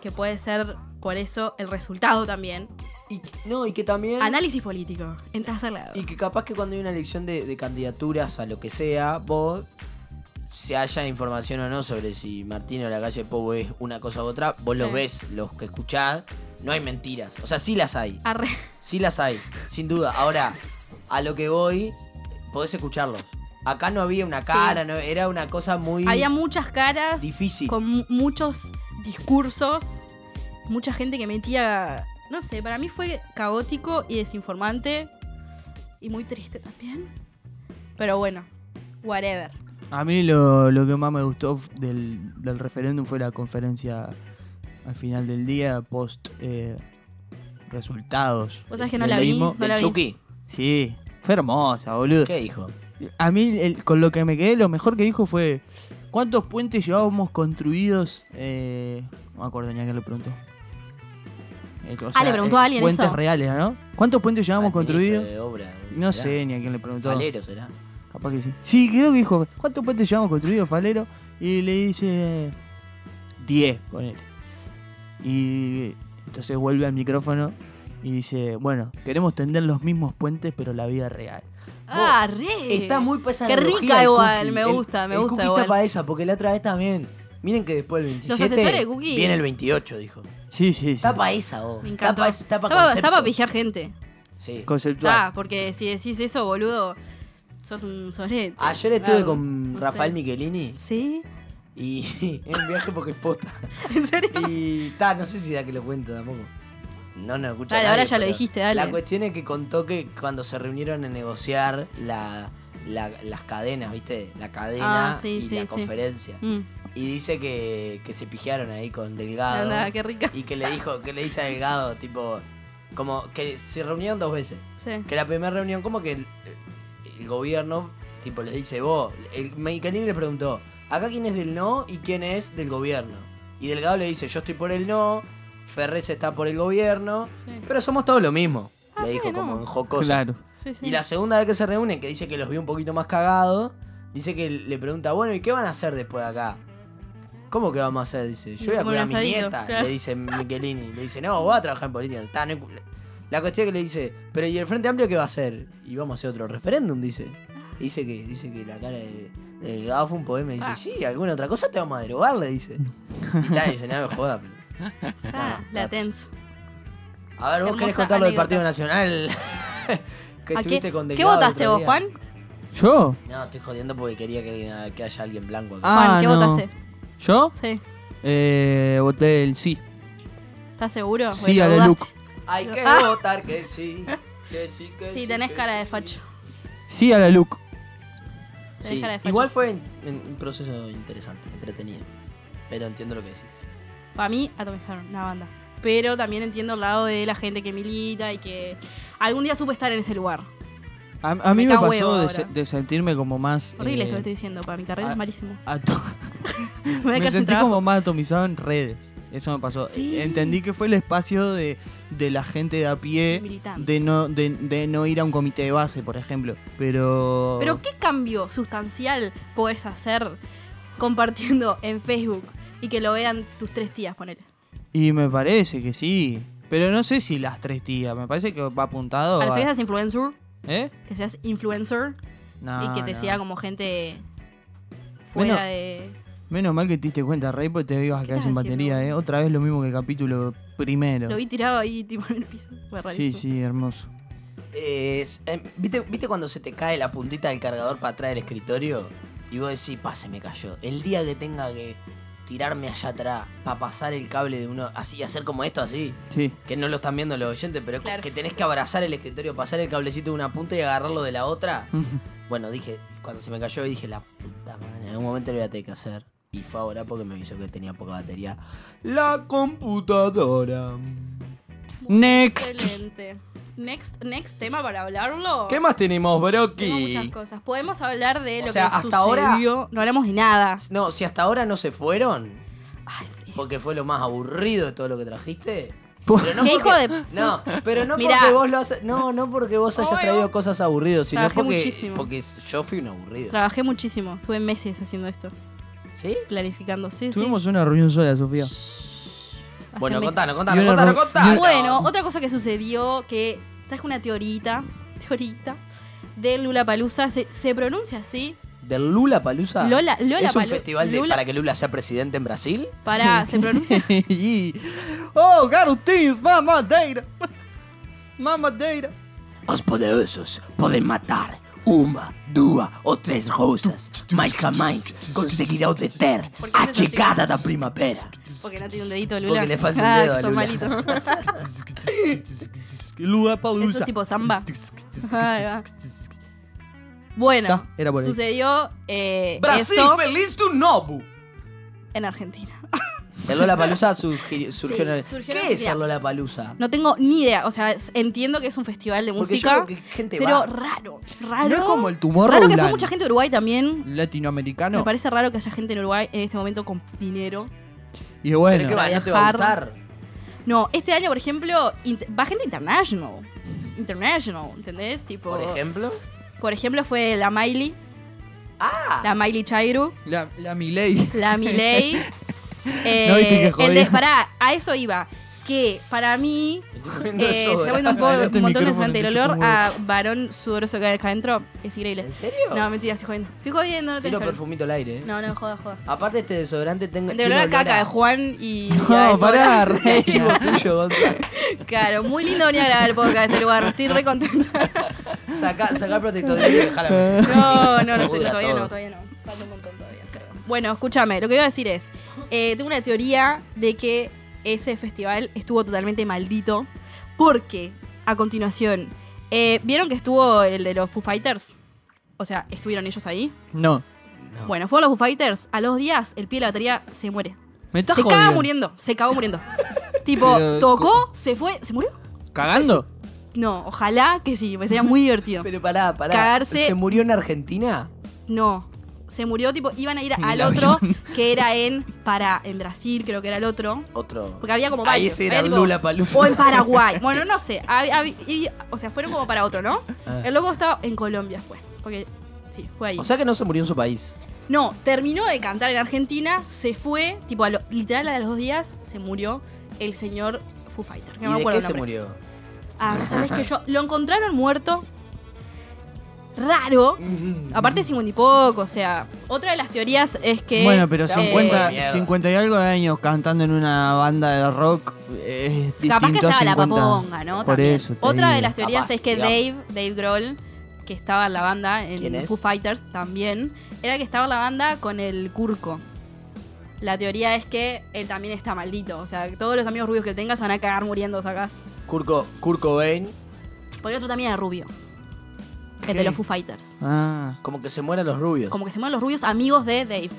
[SPEAKER 6] Que puede ser, por eso, el resultado también.
[SPEAKER 4] Y, no, y que también...
[SPEAKER 6] Análisis político. En tercer lado.
[SPEAKER 4] Y que capaz que cuando hay una elección de, de candidaturas a lo que sea, vos, se haya información o no sobre si Martín o la calle Pou es una cosa u otra, vos los
[SPEAKER 6] Sí.
[SPEAKER 4] ves, los que escuchás, no hay mentiras. O sea, sí las hay,
[SPEAKER 6] Arre.
[SPEAKER 4] sí las hay, sin duda. Ahora, a lo que voy, podés escucharlos. Acá no había una
[SPEAKER 6] Sí.
[SPEAKER 4] cara, no, era una cosa muy...
[SPEAKER 6] Había muchas caras.
[SPEAKER 4] Difícil.
[SPEAKER 6] Con mu- muchos discursos. Mucha gente que metía. No sé, para mí fue caótico y desinformante. Y muy triste también. Pero bueno, whatever.
[SPEAKER 5] A mí lo, lo que más me gustó f- del, del referéndum fue la conferencia al final del día, post eh, resultados.
[SPEAKER 6] Vos sabés que no
[SPEAKER 5] del
[SPEAKER 6] la vi,
[SPEAKER 5] mismo.
[SPEAKER 6] no la vi.
[SPEAKER 4] Chucky.
[SPEAKER 5] Sí, fue hermosa, boludo.
[SPEAKER 4] ¿Qué dijo?
[SPEAKER 5] A mí, el- con lo que me quedé, lo mejor que dijo fue: ¿Cuántos puentes llevábamos construidos? Eh, no me acuerdo ni a qué le preguntó. Eh, o
[SPEAKER 6] Ah, le preguntó a alguien
[SPEAKER 5] Puentes
[SPEAKER 6] eso.
[SPEAKER 5] reales, ¿no? ¿Cuántos puentes llevábamos
[SPEAKER 4] Al ministro
[SPEAKER 5] construidos?
[SPEAKER 4] de obra,
[SPEAKER 5] No
[SPEAKER 4] ¿será?
[SPEAKER 5] sé ni a quién le preguntó.
[SPEAKER 4] Valero será.
[SPEAKER 5] Capaz que sí. Sí, creo que dijo: ¿Cuántos puentes llevamos construidos, Falero? Y le dice: 10, ponele. Y entonces vuelve al micrófono y dice: Bueno, queremos tender los mismos puentes, pero la vida real.
[SPEAKER 6] Ah, re.
[SPEAKER 4] Está muy pesada.
[SPEAKER 6] Qué rica igual, me gusta, me gusta igual.
[SPEAKER 4] está para esa, porque la otra vez también. Miren que después del
[SPEAKER 6] Los
[SPEAKER 4] 27
[SPEAKER 6] asesores de Cookie-
[SPEAKER 4] viene el 28, dijo.
[SPEAKER 5] Sí, sí, sí.
[SPEAKER 4] Está para esa, vos.
[SPEAKER 6] Me
[SPEAKER 4] Está
[SPEAKER 6] encantó.
[SPEAKER 4] para está pa
[SPEAKER 6] Está pa-
[SPEAKER 4] concepto.
[SPEAKER 6] está pa pillar gente.
[SPEAKER 4] Sí.
[SPEAKER 5] Conceptual.
[SPEAKER 6] Ah, porque si decís eso, boludo, sos un sorete.
[SPEAKER 4] Ayer estuve
[SPEAKER 6] Bravo.
[SPEAKER 4] con
[SPEAKER 6] No
[SPEAKER 4] Rafael
[SPEAKER 6] sé.
[SPEAKER 4] Michelini
[SPEAKER 6] ¿Sí? *laughs*
[SPEAKER 4] y *laughs* en un viaje porque es posta.
[SPEAKER 6] ¿En serio?
[SPEAKER 4] Y ta, no sé si da que lo cuento tampoco. No, no escucha.
[SPEAKER 6] Dale,
[SPEAKER 4] nadie,
[SPEAKER 6] ahora ya lo
[SPEAKER 4] pero
[SPEAKER 6] dijiste, dale.
[SPEAKER 4] La cuestión es que contó que cuando se reunieron a negociar la, la- las cadenas, ¿viste? La cadena
[SPEAKER 6] Ah, sí,
[SPEAKER 4] y
[SPEAKER 6] sí,
[SPEAKER 4] la
[SPEAKER 6] sí.
[SPEAKER 4] conferencia.
[SPEAKER 6] Mm.
[SPEAKER 4] Y dice que, que se pijaron ahí con Delgado.
[SPEAKER 6] Anda, qué rica.
[SPEAKER 4] Y que le dijo, que le dice a Delgado, tipo, como que se reunieron dos veces.
[SPEAKER 6] Sí.
[SPEAKER 4] Que la primera reunión, como que el, el gobierno, tipo, les dice, vos, el Michelin le preguntó, acá quién es del no y quién es del gobierno. Y Delgado le dice, yo estoy por el no, Ferrez está por el gobierno,
[SPEAKER 6] Sí.
[SPEAKER 4] pero somos todos lo mismo.
[SPEAKER 6] Ah,
[SPEAKER 4] le dijo
[SPEAKER 6] bueno.
[SPEAKER 4] como en jocoso.
[SPEAKER 5] Claro.
[SPEAKER 6] Sí, sí.
[SPEAKER 4] Y la segunda vez que se reúnen, que dice que los vio un poquito más cagados, dice que le pregunta, bueno, ¿y qué van a hacer después de acá? ¿Cómo que vamos a hacer? Dice, yo voy a
[SPEAKER 6] Como un
[SPEAKER 4] cuidar a mi
[SPEAKER 6] asadito,
[SPEAKER 4] nieta,
[SPEAKER 6] claro.
[SPEAKER 4] le dice Michelini. Le dice, no, voy a trabajar en política. Está, no hay cu- La cuestión es que le dice, pero ¿y el Frente Amplio qué va a hacer? Y vamos a hacer otro referéndum, dice. Dice que, dice que la cara de, de Gabo fue un poema. Y dice,
[SPEAKER 6] Ah.
[SPEAKER 4] sí, alguna otra cosa te vamos a derogar, le dice. Y está, dice, no me joda. Pero...
[SPEAKER 6] Ah,
[SPEAKER 4] no,
[SPEAKER 6] la
[SPEAKER 4] no.
[SPEAKER 6] tense.
[SPEAKER 4] A ver, vos
[SPEAKER 6] Qué
[SPEAKER 4] querés
[SPEAKER 6] hermosa
[SPEAKER 4] contar lo del
[SPEAKER 6] anécdota.
[SPEAKER 4] Partido Nacional. *laughs* que
[SPEAKER 6] ¿A qué,
[SPEAKER 4] estuviste con
[SPEAKER 6] qué
[SPEAKER 4] Delgado el
[SPEAKER 6] votaste
[SPEAKER 4] otro
[SPEAKER 6] vos,
[SPEAKER 4] día.
[SPEAKER 6] Juan?
[SPEAKER 5] ¿Yo?
[SPEAKER 4] No, estoy jodiendo porque quería que, que haya alguien blanco acá.
[SPEAKER 5] Ah,
[SPEAKER 6] Juan, ¿qué
[SPEAKER 5] no.
[SPEAKER 6] votaste?
[SPEAKER 5] ¿Yo?
[SPEAKER 6] Sí.
[SPEAKER 5] Eh, voté el sí.
[SPEAKER 6] ¿Estás seguro?
[SPEAKER 5] Sí,
[SPEAKER 6] Bueno,
[SPEAKER 5] a la
[SPEAKER 6] dudaste.
[SPEAKER 4] Hay que
[SPEAKER 6] Ah.
[SPEAKER 4] votar que sí. Que sí, que
[SPEAKER 6] Sí, tenés
[SPEAKER 4] que
[SPEAKER 6] cara
[SPEAKER 4] sí.
[SPEAKER 6] de facho.
[SPEAKER 5] Sí a la look.
[SPEAKER 6] Tenés
[SPEAKER 4] Sí,
[SPEAKER 6] cara de facho.
[SPEAKER 4] Igual fue en- en un proceso interesante, entretenido. Pero entiendo lo que decís.
[SPEAKER 6] Para mí, atomizaron una banda. Pero también entiendo el lado de la gente que milita y que algún día supe estar en ese lugar.
[SPEAKER 5] A, a
[SPEAKER 6] Se
[SPEAKER 5] mí
[SPEAKER 6] me
[SPEAKER 5] me
[SPEAKER 6] cago
[SPEAKER 5] pasó
[SPEAKER 6] huevo
[SPEAKER 5] de,
[SPEAKER 6] ahora.
[SPEAKER 5] se- de sentirme como más.
[SPEAKER 6] Horrible
[SPEAKER 5] eh,
[SPEAKER 6] esto que estoy diciendo, para mi carrera
[SPEAKER 5] ah.
[SPEAKER 6] es malísimo.
[SPEAKER 5] ato-
[SPEAKER 6] *laughs* Me voy a
[SPEAKER 5] me
[SPEAKER 6] quedar sin
[SPEAKER 5] sentí
[SPEAKER 6] trabajo.
[SPEAKER 5] como más atomizado en redes. Eso me pasó.
[SPEAKER 6] Sí.
[SPEAKER 5] Entendí que fue el espacio de, de la gente de a pie.
[SPEAKER 6] Militante.
[SPEAKER 5] De no, de, de no ir a un comité de base, por ejemplo. Pero.
[SPEAKER 6] Pero ¿qué cambio sustancial podés hacer compartiendo en Facebook y que lo vean tus tres tías, ponele?
[SPEAKER 5] Y me parece que sí. Pero no sé si las tres tías. Me parece que va apuntado.
[SPEAKER 6] Para que
[SPEAKER 5] a-
[SPEAKER 6] seas influencer,
[SPEAKER 5] ¿Eh?
[SPEAKER 6] que seas influencer
[SPEAKER 5] No,
[SPEAKER 6] y que te
[SPEAKER 5] no.
[SPEAKER 6] siga como gente
[SPEAKER 5] Bueno,
[SPEAKER 6] fuera de.
[SPEAKER 5] Menos mal que te diste cuenta, Rey, porque te ibas a
[SPEAKER 6] ¿Qué
[SPEAKER 5] quedar
[SPEAKER 6] estás
[SPEAKER 5] sin batería, ¿eh?
[SPEAKER 6] haciendo?
[SPEAKER 5] Otra vez lo mismo que el capítulo primero.
[SPEAKER 6] Lo vi tirado ahí, tipo, en el piso. Fue
[SPEAKER 5] sí,
[SPEAKER 6] rarísimo.
[SPEAKER 5] sí, hermoso.
[SPEAKER 4] Es- em, ¿viste, ¿Viste cuando se te cae la puntita del cargador para atrás del escritorio? Y vos decís, pa, se me cayó. El día que tenga que tirarme allá atrás para pasar el cable de uno, así, hacer como esto, así,
[SPEAKER 5] Sí.
[SPEAKER 4] que no lo están viendo los oyentes, pero es como
[SPEAKER 6] Claro.
[SPEAKER 4] que tenés que abrazar el escritorio, pasar el cablecito de una punta y agarrarlo de la otra. Bueno, dije, cuando se me cayó, dije, la puta madre, en algún momento lo voy a tener que hacer. Y fue ahora porque me avisó que tenía poca batería. La computadora.
[SPEAKER 5] *laughs* Next.
[SPEAKER 6] Excelente. Next, next tema para hablarlo.
[SPEAKER 4] ¿Qué más tenemos,
[SPEAKER 6] Tengo muchas
[SPEAKER 4] Brocky?
[SPEAKER 6] cosas. Podemos hablar de
[SPEAKER 4] O
[SPEAKER 6] lo
[SPEAKER 4] sea,
[SPEAKER 6] que
[SPEAKER 4] hasta
[SPEAKER 6] sucedió.
[SPEAKER 4] ahora-
[SPEAKER 6] No hablamos de nada.
[SPEAKER 4] No, si hasta ahora no se fueron,
[SPEAKER 6] Ay, sí.
[SPEAKER 4] porque fue lo más aburrido de todo lo que trajiste.
[SPEAKER 5] Po-
[SPEAKER 4] Pero no
[SPEAKER 6] ¿Qué
[SPEAKER 4] porque-
[SPEAKER 6] hijo de-
[SPEAKER 4] No, pero no
[SPEAKER 6] Mirá.
[SPEAKER 4] porque vos lo has- No, no porque vos hayas
[SPEAKER 6] Bueno.
[SPEAKER 4] traído cosas aburridas, sino
[SPEAKER 6] Trabajé
[SPEAKER 4] porque,
[SPEAKER 6] muchísimo.
[SPEAKER 4] porque yo fui un aburrido.
[SPEAKER 6] Trabajé muchísimo. Estuve meses haciendo esto.
[SPEAKER 4] ¿Sí?
[SPEAKER 6] Clarificando. Sí, sí.
[SPEAKER 5] Tuvimos una reunión sola, Sofía.
[SPEAKER 6] Hace
[SPEAKER 4] Bueno,
[SPEAKER 6] meses. Ah,
[SPEAKER 4] contanos,
[SPEAKER 5] Y
[SPEAKER 4] contanos,
[SPEAKER 5] una
[SPEAKER 4] contanos,
[SPEAKER 5] ro-
[SPEAKER 4] contanos.
[SPEAKER 6] Bueno, otra cosa que sucedió que traje una teorita, *laughs* teorita de Lula Palusa. Se, se pronuncia así.
[SPEAKER 4] ¿Del Lula Palusa?
[SPEAKER 6] Lola, Lola
[SPEAKER 4] ¿Es un
[SPEAKER 6] Palu-
[SPEAKER 4] festival de-
[SPEAKER 6] Lula-
[SPEAKER 4] para que Lula sea presidente en Brasil?
[SPEAKER 5] *laughs*
[SPEAKER 6] Pará, se pronuncia.
[SPEAKER 5] Y- oh, garotinhos, mamadeira. *laughs* Mamadeira.
[SPEAKER 4] Los poderosos pueden matar una, dos o tres rosas, mas jamás conseguirão deter
[SPEAKER 6] ¿Por qué a haces así? chegada
[SPEAKER 4] da primavera.
[SPEAKER 6] Porque no tiene un dedito, Lula.
[SPEAKER 4] Porque le pasa un
[SPEAKER 6] Ah,
[SPEAKER 4] dedo a
[SPEAKER 6] son
[SPEAKER 4] Lula.
[SPEAKER 6] malitos.
[SPEAKER 5] Lua
[SPEAKER 6] Eso es
[SPEAKER 5] palusa.
[SPEAKER 6] tipo samba. Ah, Ahí va. Bueno,
[SPEAKER 5] Ta, era por ahí.
[SPEAKER 6] sucedió eh,
[SPEAKER 4] Brasil,
[SPEAKER 6] eso
[SPEAKER 4] feliz tu novo.
[SPEAKER 6] en Argentina.
[SPEAKER 4] El Lola Palusa surgió, surgió en- ¿Qué
[SPEAKER 6] surgió en
[SPEAKER 4] es
[SPEAKER 6] Argentina.
[SPEAKER 4] el Lola Palusa?
[SPEAKER 6] No tengo ni idea, o sea, es- entiendo que es un festival de
[SPEAKER 4] Porque yo
[SPEAKER 6] música,
[SPEAKER 4] creo que gente
[SPEAKER 6] pero
[SPEAKER 4] va.
[SPEAKER 6] raro, raro.
[SPEAKER 5] No es como el tumor
[SPEAKER 6] Raro que fue mucha gente de Uruguay también.
[SPEAKER 5] latinoamericano.
[SPEAKER 6] Me parece raro que haya gente en Uruguay en este momento con dinero.
[SPEAKER 5] Y
[SPEAKER 4] Pero que va,
[SPEAKER 5] bueno,
[SPEAKER 4] no te va a
[SPEAKER 6] viajar.
[SPEAKER 4] gustar.
[SPEAKER 6] No, este año, por ejemplo, int- va gente international. International, ¿entendés? Tipo,
[SPEAKER 4] Por
[SPEAKER 6] *laughs*
[SPEAKER 4] ejemplo.
[SPEAKER 6] por ejemplo, fue la Miley,
[SPEAKER 4] Ah,
[SPEAKER 6] la Miley Chairu,
[SPEAKER 5] la, la
[SPEAKER 6] *laughs*
[SPEAKER 5] Milei. *laughs*
[SPEAKER 6] la
[SPEAKER 4] *laughs*
[SPEAKER 6] Miley. eh,
[SPEAKER 5] No viste que
[SPEAKER 6] el de,
[SPEAKER 5] jodía.
[SPEAKER 6] pará, a eso iba. Que
[SPEAKER 4] *laughs*
[SPEAKER 6] para mí
[SPEAKER 4] estoy comiendo
[SPEAKER 6] Eh, se
[SPEAKER 4] soda.
[SPEAKER 6] está poniendo un, poco-
[SPEAKER 5] Adelante
[SPEAKER 6] un
[SPEAKER 5] el
[SPEAKER 6] montón de
[SPEAKER 5] micrófono,
[SPEAKER 6] frente
[SPEAKER 5] te
[SPEAKER 6] el
[SPEAKER 5] chupa
[SPEAKER 6] olor
[SPEAKER 5] un
[SPEAKER 6] a varón sudoroso que hay acá adentro. Es increíble.
[SPEAKER 4] ¿En serio?
[SPEAKER 6] No, mentira, estoy jodiendo. Estoy jodiendo, no
[SPEAKER 4] Tiro
[SPEAKER 6] tenés que-
[SPEAKER 4] perfumito al aire. eh.
[SPEAKER 6] No, no, joda, joda.
[SPEAKER 4] Aparte este desodorante tengo.
[SPEAKER 6] Entre el olor a caca de
[SPEAKER 4] Juan.
[SPEAKER 6] Juan
[SPEAKER 5] *laughs*
[SPEAKER 6] y. y a
[SPEAKER 5] No,
[SPEAKER 6] eso- *laughs*
[SPEAKER 5] pará, rey.
[SPEAKER 4] Chivo tuyo, Gonzalo.
[SPEAKER 6] Claro, muy lindo venir a grabar el podcast de este lugar. Estoy
[SPEAKER 4] *laughs*
[SPEAKER 6] re contenta.
[SPEAKER 4] Saca, saca el protector y déjala.
[SPEAKER 6] No, no,
[SPEAKER 4] *laughs*
[SPEAKER 6] no,
[SPEAKER 4] Se
[SPEAKER 6] estoy-
[SPEAKER 4] pudra
[SPEAKER 6] todavía no,
[SPEAKER 4] todo.
[SPEAKER 6] todavía no. Falta un montón todavía, creo. Bueno, escúchame, lo que iba a decir es: eh, tengo una teoría de que ese festival estuvo totalmente maldito. Porque, a continuación, eh, ¿vieron que estuvo el de los Foo Fighters? O sea, ¿estuvieron ellos ahí?
[SPEAKER 5] No.
[SPEAKER 4] No.
[SPEAKER 6] Bueno, fueron los Foo Fighters. A los días, el pie de la batería se muere.
[SPEAKER 5] Me estás
[SPEAKER 6] se
[SPEAKER 5] jodiendo.
[SPEAKER 6] caga muriendo. Se
[SPEAKER 4] *laughs*
[SPEAKER 6] cagó muriendo. tipo,
[SPEAKER 5] Pero,
[SPEAKER 6] tocó, se fue, se murió.
[SPEAKER 5] ¿Cagando?
[SPEAKER 6] No, ojalá que sí, porque sería muy divertido.
[SPEAKER 4] Pero pará, pará.
[SPEAKER 6] Cagarse-
[SPEAKER 4] ¿Se murió en Argentina?
[SPEAKER 6] No, se murió, tipo, iban a ir al
[SPEAKER 5] el
[SPEAKER 6] otro, *laughs* que era en, para, en Brasil, creo que era el otro.
[SPEAKER 4] Otro.
[SPEAKER 6] Porque había como varios.
[SPEAKER 4] Ahí ese era
[SPEAKER 6] había, tipo,
[SPEAKER 4] Lula Palusa. *laughs*
[SPEAKER 6] O en Paraguay. Bueno, no sé. hab- hab- y- o sea, fueron como para otro, ¿no? El loco estaba en Colombia, fue. Porque, sí, fue ahí.
[SPEAKER 4] Ah. O sea que no se murió en su país.
[SPEAKER 6] No, terminó de cantar en Argentina, se fue, tipo, a lo- literal a los dos días se murió el señor Foo Fighter.
[SPEAKER 4] ¿Y
[SPEAKER 6] Que no me
[SPEAKER 4] de
[SPEAKER 6] acuerdo
[SPEAKER 4] qué
[SPEAKER 6] el
[SPEAKER 4] se
[SPEAKER 6] nombre.
[SPEAKER 4] murió?
[SPEAKER 6] Ah, ¿sabes que yo? Lo encontraron muerto. Raro.
[SPEAKER 4] Ah.
[SPEAKER 6] Aparte, cincuenta y poco, o sea. Otra de las teorías es que. eh,
[SPEAKER 5] bueno, pero
[SPEAKER 4] se han
[SPEAKER 5] 50,
[SPEAKER 4] miedo.
[SPEAKER 5] 50 y algo de años cantando en una banda de rock eh, es
[SPEAKER 6] Capaz que
[SPEAKER 5] distinto a
[SPEAKER 6] estaba la
[SPEAKER 5] 50.
[SPEAKER 6] paponga, ¿no?
[SPEAKER 5] Por
[SPEAKER 6] También.
[SPEAKER 5] eso. te
[SPEAKER 6] Otra de
[SPEAKER 5] digo.
[SPEAKER 6] las teorías
[SPEAKER 4] Capaz,
[SPEAKER 6] es que
[SPEAKER 4] digamos.
[SPEAKER 6] Dave, Dave Grohl, que estaba en la banda,
[SPEAKER 4] ¿Quién
[SPEAKER 6] en
[SPEAKER 4] es?
[SPEAKER 6] Foo Fighters también, era el que estaba en la banda con el Curco. La teoría es que él también está maldito. O sea, que todos los amigos rubios que tengas van a cagar muriendo, sacás.
[SPEAKER 4] Kurko, Kurt Cobain.
[SPEAKER 6] Porque el otro también era rubio. El de los Foo Fighters.
[SPEAKER 5] Ah,
[SPEAKER 4] Como que se mueran los rubios.
[SPEAKER 6] Como que se mueven los rubios amigos de Dave.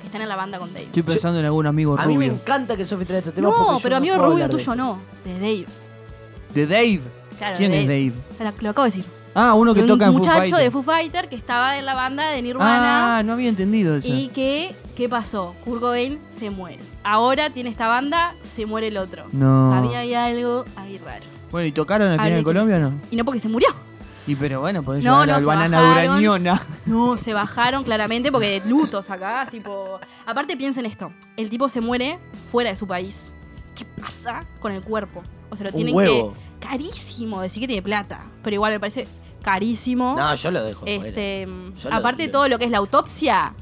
[SPEAKER 6] Que están en la banda con Dave.
[SPEAKER 5] estoy pensando en algún amigo
[SPEAKER 4] A mí me
[SPEAKER 5] rubio.
[SPEAKER 4] encanta que Sofi traiga este tema. porque
[SPEAKER 6] No,
[SPEAKER 4] yo
[SPEAKER 6] pero amigo
[SPEAKER 4] puedo
[SPEAKER 6] rubio
[SPEAKER 4] hablar de
[SPEAKER 6] tuyo
[SPEAKER 4] esto.
[SPEAKER 6] no. De Dave.
[SPEAKER 5] ¿De Dave?
[SPEAKER 6] Claro,
[SPEAKER 5] ¿Quién
[SPEAKER 6] de
[SPEAKER 5] es Dave?
[SPEAKER 6] Lo- Lo acabo de decir.
[SPEAKER 5] Ah, uno que
[SPEAKER 6] de un
[SPEAKER 5] toca en Foo
[SPEAKER 6] muchacho de
[SPEAKER 5] Fighters.
[SPEAKER 6] Foo Fighter que estaba en la banda de Nirvana
[SPEAKER 5] Ah, no había entendido eso.
[SPEAKER 6] y que ¿qué pasó? Kurt Cobain se muere. Ahora tiene esta banda, se muere el otro.
[SPEAKER 5] No.
[SPEAKER 6] Había ahí algo ahí raro.
[SPEAKER 5] Bueno, ¿y tocaron al final
[SPEAKER 6] Habría
[SPEAKER 5] en
[SPEAKER 6] que-
[SPEAKER 5] Colombia o no?
[SPEAKER 6] Y no porque
[SPEAKER 5] *laughs*
[SPEAKER 6] se murió.
[SPEAKER 5] Y pero bueno, podés
[SPEAKER 6] No,
[SPEAKER 5] llevar
[SPEAKER 6] no,
[SPEAKER 5] al
[SPEAKER 6] se
[SPEAKER 5] banana
[SPEAKER 6] bajaron. *laughs*
[SPEAKER 5] durañona.
[SPEAKER 6] No, se bajaron claramente porque de lutos acá, tipo, aparte piensen esto, el tipo se muere fuera de su país. ¿Qué pasa con el cuerpo? O sea, lo
[SPEAKER 4] Un
[SPEAKER 6] tienen
[SPEAKER 4] huevo.
[SPEAKER 6] que carísimo, decir que tiene plata, pero igual me parece carísimo.
[SPEAKER 4] No, yo lo dejo. fuera.
[SPEAKER 6] Este,
[SPEAKER 4] Yo lo-
[SPEAKER 6] aparte de
[SPEAKER 4] lo-
[SPEAKER 6] todo lo que es la autopsia,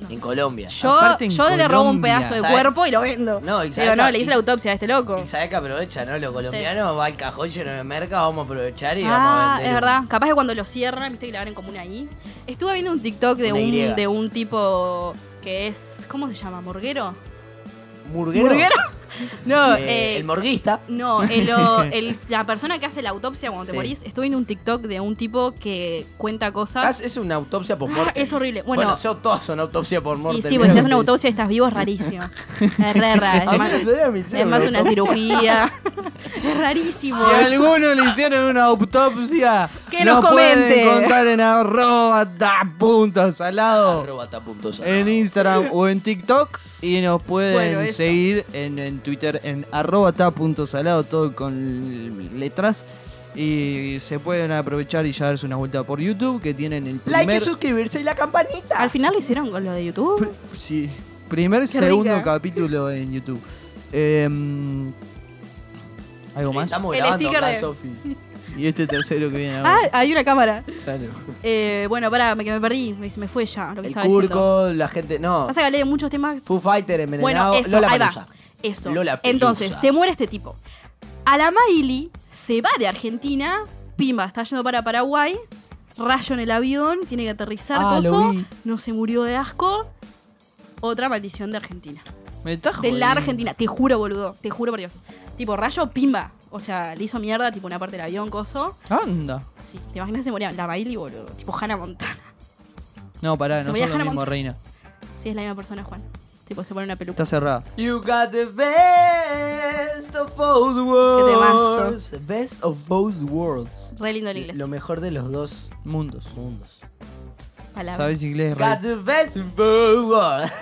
[SPEAKER 6] No
[SPEAKER 4] en
[SPEAKER 6] sé.
[SPEAKER 4] Colombia.
[SPEAKER 6] Yo,
[SPEAKER 5] Aparte en
[SPEAKER 6] yo le robo un
[SPEAKER 5] Colombia.
[SPEAKER 6] pedazo de
[SPEAKER 4] ¿Sabe?
[SPEAKER 6] cuerpo y lo vendo.
[SPEAKER 4] No, y
[SPEAKER 6] Digo,
[SPEAKER 4] sabe-
[SPEAKER 6] no, le hice
[SPEAKER 4] y-
[SPEAKER 6] la autopsia a este loco.
[SPEAKER 4] Y sabés que aprovecha, ¿no? Los colombianos va al cajón lleno de merca, vamos a aprovechar y vamos a
[SPEAKER 6] Ah,
[SPEAKER 4] vender.
[SPEAKER 6] es
[SPEAKER 4] un-
[SPEAKER 6] verdad. Capaz que cuando lo cierran, viste que le abren como una I. Estuve viendo un TikTok de
[SPEAKER 4] Una Y.
[SPEAKER 6] un, de un tipo que es. ¿Cómo se llama? ¿Morguero?
[SPEAKER 4] ¿Murguero?
[SPEAKER 6] No,
[SPEAKER 4] Eh,
[SPEAKER 6] eh,
[SPEAKER 4] el morguista.
[SPEAKER 6] No, el,
[SPEAKER 5] *laughs*
[SPEAKER 6] o- el- la persona que hace la autopsia cuando
[SPEAKER 4] Sí.
[SPEAKER 6] te morís, estuve viendo un TikTok de un tipo que cuenta
[SPEAKER 4] Ah,
[SPEAKER 6] cosas.
[SPEAKER 4] Es una autopsia por
[SPEAKER 6] Ah,
[SPEAKER 4] muerte.
[SPEAKER 6] es horrible.
[SPEAKER 4] Bueno,
[SPEAKER 6] Bueno,
[SPEAKER 4] son- todas son autopsia por muerte.
[SPEAKER 6] y sí, porque si haces una
[SPEAKER 4] Ustedes.
[SPEAKER 6] autopsia y estás vivo
[SPEAKER 4] *laughs*
[SPEAKER 6] es rarísimo. Es re raro.
[SPEAKER 4] Ah,
[SPEAKER 6] Es más, es más una cirugía.
[SPEAKER 4] *laughs*
[SPEAKER 6] Es rarísimo.
[SPEAKER 5] Si a alguno le hicieron una autopsia,
[SPEAKER 6] Que nos comente.
[SPEAKER 5] pueden contar en arroba ta punto salado
[SPEAKER 4] Arroba tapuntos.
[SPEAKER 5] en Instagram o en TikTok y nos pueden
[SPEAKER 6] Bueno, eso.
[SPEAKER 5] seguir en, en Twitter en arroba ta punto salado, todo con letras. Y se pueden aprovechar y ya darse una vuelta por YouTube que tienen el primer,
[SPEAKER 4] Like y suscribirse y la campanita.
[SPEAKER 6] Al final lo hicieron con lo de YouTube.
[SPEAKER 5] sí, primer segundo
[SPEAKER 6] rica.
[SPEAKER 5] capítulo en YouTube. Em, ¿Algo más?
[SPEAKER 4] Estamos
[SPEAKER 6] El
[SPEAKER 4] grabando
[SPEAKER 6] sticker
[SPEAKER 4] acá,
[SPEAKER 6] de- *laughs*
[SPEAKER 4] Sofi.
[SPEAKER 5] Y este tercero que viene
[SPEAKER 6] Ah,
[SPEAKER 5] ahora.
[SPEAKER 6] hay una cámara.
[SPEAKER 5] Dale.
[SPEAKER 6] Eh, bueno, pará, me, que me perdí. Me, me fue ya lo que
[SPEAKER 4] El
[SPEAKER 6] estaba diciendo.
[SPEAKER 4] curco, la gente. No.
[SPEAKER 6] Pasa que hablé de muchos temas
[SPEAKER 4] Foo Fighter envenenado.
[SPEAKER 6] Bueno, eso,
[SPEAKER 4] Lola
[SPEAKER 6] ahí
[SPEAKER 4] Palusa.
[SPEAKER 6] va. Eso.
[SPEAKER 4] Lola Pelusa.
[SPEAKER 6] Entonces, se muere este tipo. A la Miley se va de Argentina, pimba, está yendo para Paraguay, rayo en el avión, tiene que aterrizar,
[SPEAKER 5] Ah, lo
[SPEAKER 6] coso,
[SPEAKER 5] vi.
[SPEAKER 6] no se murió de asco. Otra maldición de Argentina.
[SPEAKER 5] Me está
[SPEAKER 6] De la
[SPEAKER 5] jodiendo.
[SPEAKER 6] Argentina, te juro, boludo, te juro por Dios. Tipo, rayo, pimba. O sea, le hizo mierda, tipo, una parte del avión, coso.
[SPEAKER 5] Anda.
[SPEAKER 6] Sí, te imaginas se moría la Miley, boludo. Tipo, Hannah Montana. *laughs*
[SPEAKER 5] No, pará,
[SPEAKER 6] Se
[SPEAKER 5] no
[SPEAKER 6] voy a
[SPEAKER 5] son lo
[SPEAKER 6] dejar a
[SPEAKER 5] mismo,
[SPEAKER 6] montar.
[SPEAKER 5] reina.
[SPEAKER 6] Sí, es la misma persona, Juan. Tipo, se pone una peluca.
[SPEAKER 5] Está cerrada.
[SPEAKER 4] You got the best of both worlds. The best of both worlds.
[SPEAKER 6] Re lindo el inglés.
[SPEAKER 4] Lo mejor de los dos
[SPEAKER 5] Mundos.
[SPEAKER 4] mundos.
[SPEAKER 6] Palabra.
[SPEAKER 5] ¿Sabes inglés,
[SPEAKER 4] Got
[SPEAKER 5] reina?
[SPEAKER 4] the best of both worlds.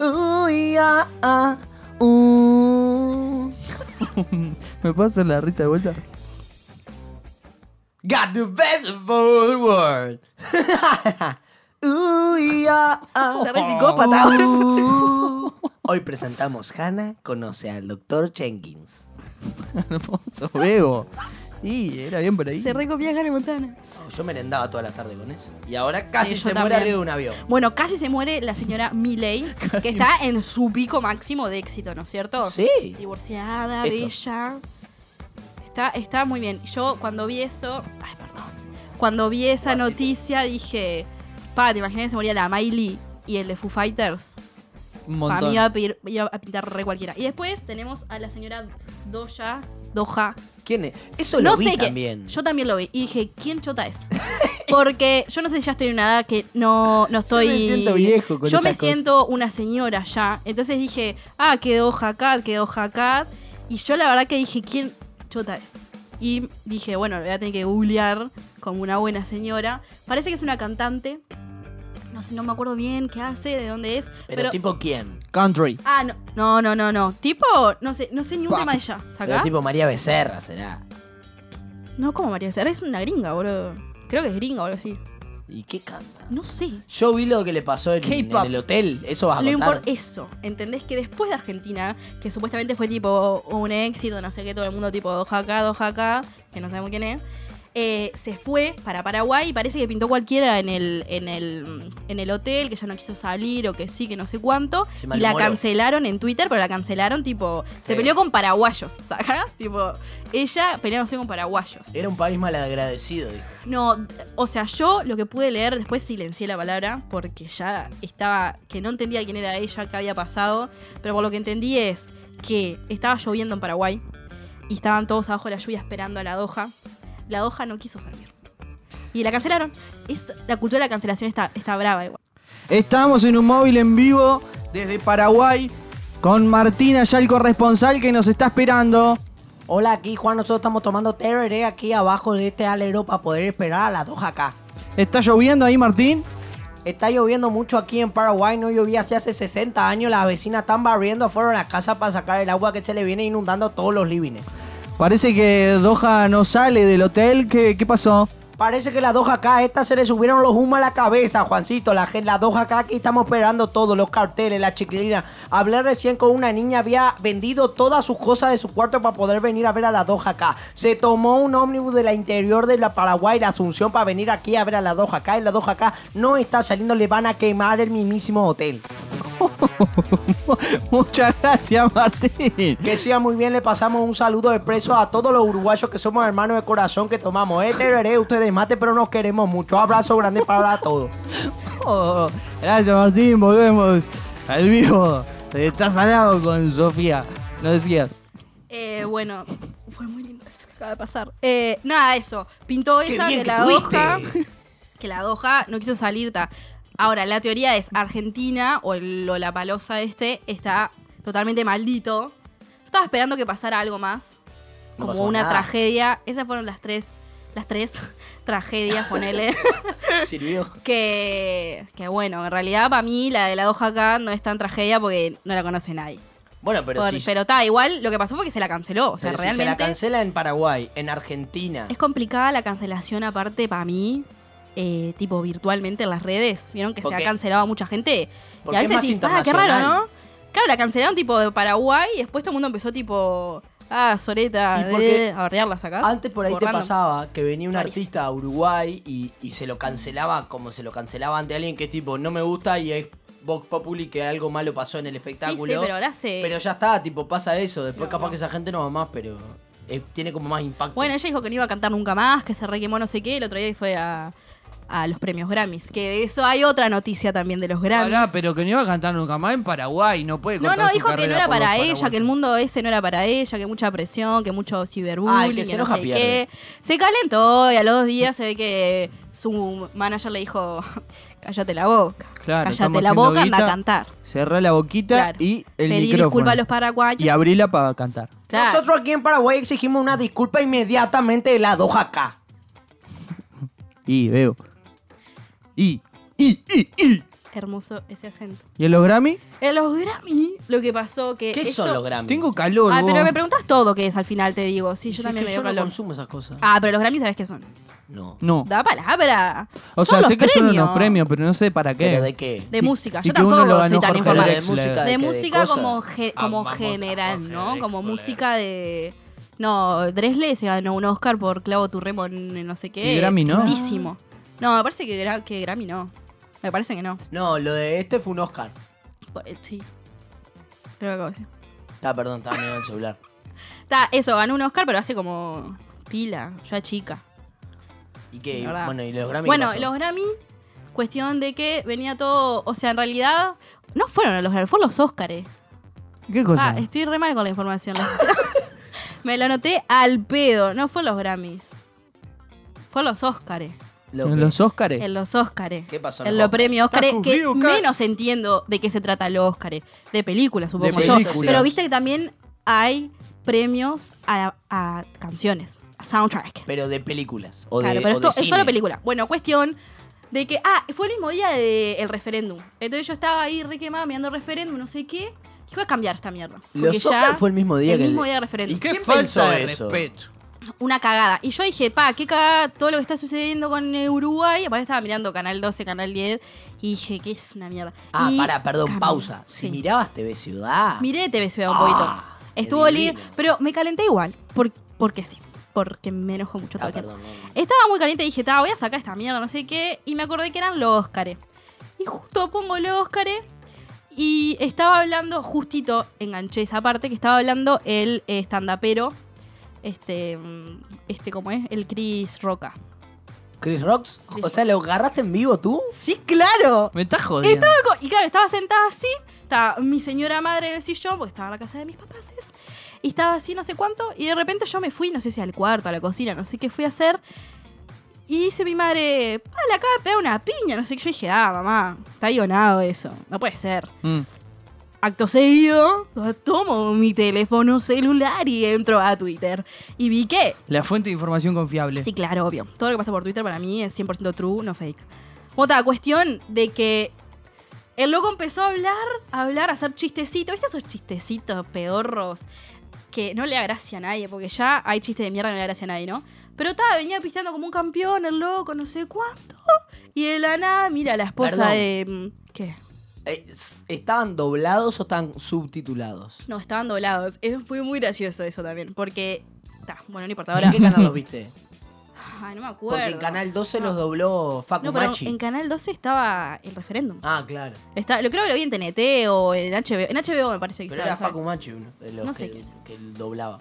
[SPEAKER 4] *laughs* Uy, ah, ah, uh.
[SPEAKER 5] ¿Me puedo hacer la risa de vuelta? *laughs*
[SPEAKER 4] Got the best of both worlds. *laughs* Uy, ah, ah.
[SPEAKER 6] Está re psicópata.
[SPEAKER 4] *laughs* Uh. Hoy presentamos Hannah conoce al doctor Jenkins.
[SPEAKER 5] Hermoso, veo. Y era bien por ahí.
[SPEAKER 6] Se recopia Hannah Montana.
[SPEAKER 4] Oh, yo merendaba toda la tarde con eso. Y ahora casi
[SPEAKER 6] yo
[SPEAKER 4] se muere
[SPEAKER 6] también.
[SPEAKER 4] arriba de un avión.
[SPEAKER 6] Bueno, casi se muere la señora Miley, que está en su pico máximo de éxito, ¿no es cierto?
[SPEAKER 4] Sí.
[SPEAKER 6] Divorciada,
[SPEAKER 4] Esto.
[SPEAKER 6] bella. Está, está muy bien. Yo cuando vi eso. Ay, perdón. Cuando vi esa
[SPEAKER 4] Guasito.
[SPEAKER 6] noticia dije. Pa, te imaginas que se moría la Miley y el de Foo Fighters.
[SPEAKER 5] Un
[SPEAKER 6] Pa,
[SPEAKER 5] montón.
[SPEAKER 6] mí iba a, pedir- iba a pintar re cualquiera. Y después tenemos a la señora Doja. Doja.
[SPEAKER 4] ¿Quién es? Eso lo
[SPEAKER 6] no
[SPEAKER 4] vi
[SPEAKER 6] sé qué.
[SPEAKER 4] también.
[SPEAKER 6] Yo también lo vi. Y dije, ¿quién chota es? *laughs* Porque yo no sé, ya estoy en una edad que no, no estoy.
[SPEAKER 4] me siento viejo con
[SPEAKER 6] Yo
[SPEAKER 4] estas
[SPEAKER 6] me
[SPEAKER 4] cosas.
[SPEAKER 6] siento una señora ya. Entonces dije, ah, quedó Jacat, quedó Jacat. Y yo la verdad que dije, ¿quién chota es? Y dije, bueno, lo voy a tener que googlear como una buena señora. Parece que es una cantante. No sé, no me acuerdo bien qué hace, de dónde es.
[SPEAKER 4] pero, tipo quién?
[SPEAKER 5] Country.
[SPEAKER 6] Ah, no, no, no, no, no. Tipo, no sé, no sé ni un
[SPEAKER 5] Pa.
[SPEAKER 6] tema de ella. ¿Sacá?
[SPEAKER 4] Pero tipo María Becerra será.
[SPEAKER 6] No, como María Becerra, es una gringa, boludo. Creo que es gringa o algo así.
[SPEAKER 4] ¿Y qué canta?
[SPEAKER 6] No sé.
[SPEAKER 4] Yo vi lo que le pasó en, en
[SPEAKER 5] K-pop.
[SPEAKER 4] el hotel. Eso vas a
[SPEAKER 6] Lo
[SPEAKER 4] contar.
[SPEAKER 6] impor- eso, ¿entendés? Que después de Argentina, que supuestamente fue tipo un éxito, no sé qué, todo el mundo tipo dos acá, dos acá, que no sabemos quién es, eh, se fue para Paraguay y parece que pintó cualquiera en el, en el, en el hotel, que ya no quiso salir o que sí, que no sé cuánto.
[SPEAKER 4] Se
[SPEAKER 6] y la
[SPEAKER 4] malhumoró.
[SPEAKER 6] cancelaron en Twitter, pero la cancelaron tipo.
[SPEAKER 4] Sí.
[SPEAKER 6] Se peleó con paraguayos, *laughs* ¿sacás? Tipo, ella peleándose con paraguayos.
[SPEAKER 4] Era un país malagradecido, dijo.
[SPEAKER 6] No, o sea, yo lo que pude leer, después silencié la palabra porque ya estaba, que no entendía quién era ella, qué había pasado, pero por lo que entendí es que estaba lloviendo en Paraguay y estaban todos abajo de la lluvia esperando a la Doja. La Doja no quiso salir. Y la cancelaron. Es, la cultura de la cancelación está, está brava igual.
[SPEAKER 5] Estamos en un móvil en vivo desde Paraguay con Martina, ya el corresponsal que nos está esperando.
[SPEAKER 8] Hola, aquí Juan, nosotros estamos tomando tereré aquí abajo de este alero para poder esperar a las dos acá.
[SPEAKER 5] ¿Está lloviendo ahí, Martín?
[SPEAKER 8] Está lloviendo mucho aquí en Paraguay, no llovía así hace 60 años, las vecinas están barriendo afuera de la casa para sacar el agua que se le viene inundando todos los livings.
[SPEAKER 5] Parece que Doha no sale del hotel. ¿Qué, qué pasó? *laughs*
[SPEAKER 8] Parece que las dos acá, estas se le subieron los humos a la cabeza, Juancito. La, gen- las dos acá aquí estamos esperando todo, los carteles, la chiquilina. Hablé recién con una niña, había vendido todas sus cosas de su cuarto para poder venir a ver a las dos acá. Se tomó un ómnibus de la interior de la Paraguay, la Asunción, para venir aquí a ver a las dos acá. Y las dos acá no está saliendo, le van a quemar el mismísimo hotel.
[SPEAKER 5] Muchas gracias, Martín.
[SPEAKER 8] Que siga muy bien, le pasamos un saludo de preso a todos los uruguayos que somos hermanos de corazón que tomamos. Este veré, ustedes mate, pero nos queremos mucho. Abrazo grande para todos.
[SPEAKER 5] Oh, gracias, Martín. Volvemos al vivo. Estás al lado con Sofía. No decías.
[SPEAKER 6] Eh, bueno, fue muy lindo eso que acaba de pasar. Eh, nada, eso. Pintó esa
[SPEAKER 4] bien
[SPEAKER 6] que
[SPEAKER 4] que
[SPEAKER 6] la
[SPEAKER 4] tuviste.
[SPEAKER 6] hoja. *laughs* Que la hoja no quiso salir. ta. Ahora, la teoría es: Argentina o el Lollapalooza este está totalmente maldito. Yo estaba esperando que pasara algo más.
[SPEAKER 8] No
[SPEAKER 6] Como
[SPEAKER 8] pasó
[SPEAKER 6] una
[SPEAKER 8] nada.
[SPEAKER 6] tragedia. Esas fueron las tres. Las tres *laughs*
[SPEAKER 4] *laughs*
[SPEAKER 6] tragedias, ponele.
[SPEAKER 4] Sirvió.
[SPEAKER 6] que, que bueno, en realidad para mí la de la hoja acá no es tan tragedia porque no la conoce nadie.
[SPEAKER 4] Bueno, pero
[SPEAKER 6] Por-
[SPEAKER 4] si,
[SPEAKER 6] Pero está, igual lo que pasó fue que se la canceló. O sea,
[SPEAKER 4] pero si
[SPEAKER 6] realmente.
[SPEAKER 4] se la cancela en Paraguay, en Argentina.
[SPEAKER 6] Es complicada la cancelación aparte para mí, eh, tipo virtualmente en las redes. Vieron que se
[SPEAKER 4] ¿Por
[SPEAKER 6] ha
[SPEAKER 4] qué?
[SPEAKER 6] cancelado a mucha gente. Y
[SPEAKER 4] Porque
[SPEAKER 6] a
[SPEAKER 4] es
[SPEAKER 6] veces
[SPEAKER 4] más
[SPEAKER 6] decís, ah, qué raro,
[SPEAKER 4] internacional".
[SPEAKER 6] ¿no? Claro, la cancelaron tipo de Paraguay y después todo el mundo empezó tipo, ah, Soreta,
[SPEAKER 4] Y porque
[SPEAKER 6] eh, a bardearlas acá.
[SPEAKER 4] Antes por ahí te
[SPEAKER 6] Borrarlo.
[SPEAKER 4] pasaba que venía un
[SPEAKER 6] Rarísimo.
[SPEAKER 4] artista a Uruguay y, y se lo cancelaba como se lo cancelaba ante alguien que tipo no me gusta y es Vox Populi que algo malo pasó en el espectáculo.
[SPEAKER 6] Sí, sí, pero ahora se...
[SPEAKER 4] Pero ya está, tipo pasa eso. Después
[SPEAKER 6] No,
[SPEAKER 4] capaz
[SPEAKER 6] no.
[SPEAKER 4] que esa gente no va más, pero eh, tiene como más impacto.
[SPEAKER 6] Bueno, ella dijo que no iba a cantar nunca más, que se requemó no sé qué. El otro día fue a, a los premios Grammys. Que de eso hay otra noticia también de los Grammys.
[SPEAKER 5] Pará, pero que no iba a cantar nunca más en Paraguay. No puede
[SPEAKER 6] No,
[SPEAKER 5] cortar
[SPEAKER 6] no,
[SPEAKER 5] su
[SPEAKER 6] dijo que no
[SPEAKER 5] carrera
[SPEAKER 6] era
[SPEAKER 5] por los
[SPEAKER 6] para ella, que el
[SPEAKER 5] paraguayos.
[SPEAKER 6] mundo ese no era para ella, que mucha presión, que mucho ciberbullying,
[SPEAKER 4] Ah, el que
[SPEAKER 6] que,
[SPEAKER 4] se
[SPEAKER 6] no
[SPEAKER 4] enoja
[SPEAKER 6] sé
[SPEAKER 4] pierde.
[SPEAKER 6] qué. Se calentó y a los dos días se ve que su manager le dijo, *laughs* cállate la boca,
[SPEAKER 5] Claro,
[SPEAKER 6] cállate
[SPEAKER 5] estamos
[SPEAKER 6] la
[SPEAKER 5] haciendo
[SPEAKER 6] boca, anda a
[SPEAKER 5] guita.
[SPEAKER 6] cantar.
[SPEAKER 5] Cerrá la boquita
[SPEAKER 6] Claro.
[SPEAKER 5] y el
[SPEAKER 6] Pedí
[SPEAKER 5] micrófono.
[SPEAKER 6] disculpas a los paraguayos.
[SPEAKER 5] Y abrila para cantar.
[SPEAKER 6] Claro.
[SPEAKER 8] Nosotros aquí en Paraguay exigimos una disculpa inmediatamente de la doja acá.
[SPEAKER 5] Y veo. Y, y, y, y.
[SPEAKER 6] Hermoso ese acento.
[SPEAKER 5] ¿Y en los Grammy?
[SPEAKER 6] En los Grammy, lo que pasó que...
[SPEAKER 4] ¿Qué
[SPEAKER 6] Eh, esto-
[SPEAKER 4] son los Grammy?
[SPEAKER 5] Tengo calor,
[SPEAKER 6] Ah, pero
[SPEAKER 5] vos.
[SPEAKER 6] me preguntas todo qué es al final, te digo.
[SPEAKER 4] Sí,
[SPEAKER 6] Sí, yo
[SPEAKER 4] es
[SPEAKER 6] también
[SPEAKER 4] que
[SPEAKER 6] me dio
[SPEAKER 4] yo no
[SPEAKER 6] calor.
[SPEAKER 4] consumo esas cosas.
[SPEAKER 6] Ah, pero los Grammy sabes qué son.
[SPEAKER 4] No.
[SPEAKER 5] No.
[SPEAKER 6] Da palabra.
[SPEAKER 5] O sea,
[SPEAKER 6] los
[SPEAKER 5] sé que son unos premios, pero no sé para qué.
[SPEAKER 4] ¿Pero de qué?
[SPEAKER 6] De
[SPEAKER 5] Y-
[SPEAKER 6] música.
[SPEAKER 5] y
[SPEAKER 6] Yo
[SPEAKER 5] que uno
[SPEAKER 6] tampoco
[SPEAKER 5] lo ganó
[SPEAKER 6] estoy tan
[SPEAKER 5] Jorge
[SPEAKER 6] informada.
[SPEAKER 4] de
[SPEAKER 5] Drexler.
[SPEAKER 4] música,
[SPEAKER 6] De
[SPEAKER 4] qué?
[SPEAKER 6] música
[SPEAKER 4] cosas?
[SPEAKER 6] como, ge- como
[SPEAKER 2] Amamos a
[SPEAKER 6] general,
[SPEAKER 2] Jorge
[SPEAKER 6] ¿no? Como
[SPEAKER 2] Drexler.
[SPEAKER 6] música de. No, Dresle se ganó un Oscar por Clavo tu remo en no sé qué.
[SPEAKER 5] Y Grammy no.
[SPEAKER 6] Quintísimo. No, me parece que, gra- que Grammy no. Me parece que no.
[SPEAKER 4] No, lo de este fue un Oscar.
[SPEAKER 6] Por- eh, Sí. Creo que acabo de decir.
[SPEAKER 4] Ah, perdón, estaba mirando el celular.
[SPEAKER 6] Está, eso, ganó un Oscar, pero hace como pila, ya chica.
[SPEAKER 4] ¿Y qué?
[SPEAKER 6] La verdad.
[SPEAKER 4] Bueno, ¿y los Grammy?
[SPEAKER 6] Bueno,
[SPEAKER 4] qué pasó?
[SPEAKER 6] los Grammy, cuestión de que venía todo. O sea, en realidad, no fueron a los Grammy, fueron los Oscars.
[SPEAKER 5] ¿Qué cosa?
[SPEAKER 6] Ah, estoy re mal con la información. *laughs* Me lo anoté al pedo. No fue los Grammys. Fue los Óscares.
[SPEAKER 4] Lo
[SPEAKER 5] ¿En
[SPEAKER 4] que-
[SPEAKER 5] los Óscares?
[SPEAKER 6] En los Óscares.
[SPEAKER 4] ¿Qué pasó en
[SPEAKER 6] En
[SPEAKER 4] los
[SPEAKER 6] los premios
[SPEAKER 5] Está
[SPEAKER 6] Óscares. Que
[SPEAKER 5] cubrido, ca-
[SPEAKER 6] menos entiendo de qué se trata los Óscares. De películas, supongo
[SPEAKER 5] De
[SPEAKER 6] yo.
[SPEAKER 5] películas.
[SPEAKER 6] Pero viste que también hay premios a, a canciones, a soundtrack.
[SPEAKER 4] Pero de películas. O
[SPEAKER 6] claro,
[SPEAKER 4] de,
[SPEAKER 6] pero
[SPEAKER 4] o de
[SPEAKER 6] esto es solo
[SPEAKER 4] cine.
[SPEAKER 6] película. Bueno, cuestión de que. Ah, fue el mismo día del referéndum. Entonces yo estaba ahí re quemada mirando el referéndum, no sé qué. ¿Qué iba a cambiar esta mierda? Porque
[SPEAKER 4] Los Oscar fue el mismo día
[SPEAKER 6] el
[SPEAKER 4] que
[SPEAKER 6] mismo día del referéndum.
[SPEAKER 4] ¿Y qué falta de respeto?
[SPEAKER 6] Una cagada. Y yo dije, pa, qué cagada todo lo que está sucediendo con eh, Uruguay. Aparte estaba mirando Canal 12, Canal 10. Y dije, que es una mierda.
[SPEAKER 4] Ah,
[SPEAKER 6] Y
[SPEAKER 4] pará, perdón,
[SPEAKER 6] cambié.
[SPEAKER 4] pausa. Si
[SPEAKER 6] Sí.
[SPEAKER 4] mirabas TV Ciudad.
[SPEAKER 6] Miré TV Ciudad un
[SPEAKER 4] Ah,
[SPEAKER 6] poquito.
[SPEAKER 4] qué
[SPEAKER 6] Estuvo
[SPEAKER 4] divino.
[SPEAKER 6] lindo. Pero me calenté igual. Por, porque sí. Porque me enojó mucho todo
[SPEAKER 4] Ah,
[SPEAKER 6] el tiempo.
[SPEAKER 4] perdón. no, no.
[SPEAKER 6] Estaba muy caliente y dije, ta, voy a sacar esta mierda, no sé qué. Y me acordé que eran los Óscares. Y justo pongo los Óscares. Y estaba hablando, justito enganché esa parte, que estaba hablando el eh, estandapero. Este, mm, este, ¿cómo es? El Chris Roca.
[SPEAKER 4] Chris Rocks. O sea, ¿lo agarraste en vivo tú?
[SPEAKER 6] Sí, claro.
[SPEAKER 5] Me estás jodiendo.
[SPEAKER 6] Co- Y claro, estaba sentada así, estaba mi señora madre en el sillón, porque estaba en la casa de mis papás, es, y estaba así no sé cuánto, y de repente yo me fui, no sé si al cuarto, a la cocina, no sé qué fui a hacer, y dice mi madre, pa, le acaba de pegar una piña, no sé qué, yo dije, ah, mamá, está guionado eso, no puede ser.
[SPEAKER 5] Mm.
[SPEAKER 6] Acto seguido, tomo mi teléfono celular y entro a Twitter, y vi que
[SPEAKER 5] La fuente de información confiable.
[SPEAKER 6] Sí, claro, obvio. Todo lo que pasa por Twitter para mí es 100% true, no fake. Otra cuestión de que el loco empezó a hablar, a hablar, a hacer chistecitos. ¿Viste esos chistecitos pedorros que no le da gracia a nadie? Porque ya hay chistes de mierda que no le da gracia a nadie, ¿no? Pero estaba, venía pisteando como un campeón, el loco, no sé cuánto. Y de la nada, mira, la esposa
[SPEAKER 4] Perdón.
[SPEAKER 6] de. mm, ¿Qué?
[SPEAKER 4] Eh, s- ¿Estaban doblados o estaban subtitulados?
[SPEAKER 6] No, estaban doblados. Eso fue muy gracioso eso también. Porque. Ta, bueno, no importa.
[SPEAKER 4] ¿En
[SPEAKER 6] Ahora.
[SPEAKER 4] qué canal los viste?
[SPEAKER 6] *laughs* Ay, no me acuerdo.
[SPEAKER 4] Porque en Canal 12
[SPEAKER 6] No.
[SPEAKER 4] los dobló Facu
[SPEAKER 6] No, pero
[SPEAKER 4] Machi.
[SPEAKER 6] en Canal 12 estaba el referéndum.
[SPEAKER 4] Ah, claro.
[SPEAKER 6] Está, lo creo que lo vi en TNT o en HBO. En HBO me parece que
[SPEAKER 4] Pero era
[SPEAKER 6] estaba.
[SPEAKER 4] Facu Machi uno de los
[SPEAKER 6] No sé
[SPEAKER 4] que,
[SPEAKER 6] quién es.
[SPEAKER 4] que doblaba.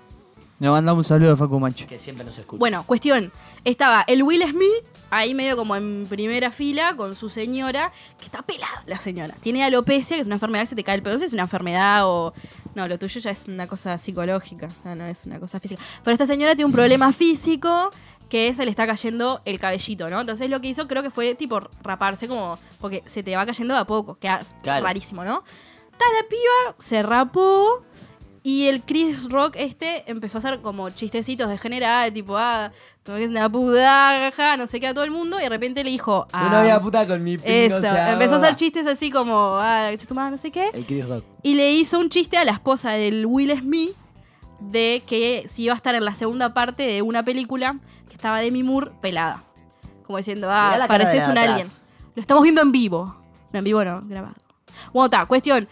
[SPEAKER 5] Le mandamos un saludo a Facu Mancho.
[SPEAKER 4] Que siempre nos escucha.
[SPEAKER 6] Bueno, cuestión. Estaba el Will Smith ahí medio como en primera fila con su señora, que está pelada la señora. Tiene alopecia, que es una enfermedad que se te cae el pelo. No sé si es una enfermedad o... No, lo tuyo ya es una cosa psicológica, no, no es una cosa física. Pero esta señora tiene un problema físico que se le está cayendo el cabellito, ¿no? Entonces lo que hizo creo que fue tipo raparse como... Porque se te va cayendo de a poco, que
[SPEAKER 4] Claro.
[SPEAKER 6] rarísimo, ¿no? Está la piba, se rapó y el Chris Rock este empezó a hacer como chistecitos de general, tipo, ah, tú eres una puta, jaja, no sé qué a todo el mundo, y de repente le dijo,
[SPEAKER 4] Tú
[SPEAKER 6] ah,
[SPEAKER 4] no había puta con mi pingo,
[SPEAKER 6] eso,
[SPEAKER 4] o sea,
[SPEAKER 6] empezó a
[SPEAKER 4] boba.
[SPEAKER 6] hacer chistes así como, ah, che tu madre, no sé qué,
[SPEAKER 4] El Chris Rock.
[SPEAKER 6] y le hizo un chiste a la esposa del Will Smith de que si iba a estar en la segunda parte de una película que estaba Demi Moore pelada. Como diciendo,
[SPEAKER 4] Mirá
[SPEAKER 6] ah,
[SPEAKER 4] la cara de
[SPEAKER 6] pareces
[SPEAKER 4] la
[SPEAKER 6] un
[SPEAKER 4] de
[SPEAKER 6] alien.
[SPEAKER 4] atrás.
[SPEAKER 6] Lo estamos viendo en vivo. No, en vivo no, grabado. Bueno, está, cuestión.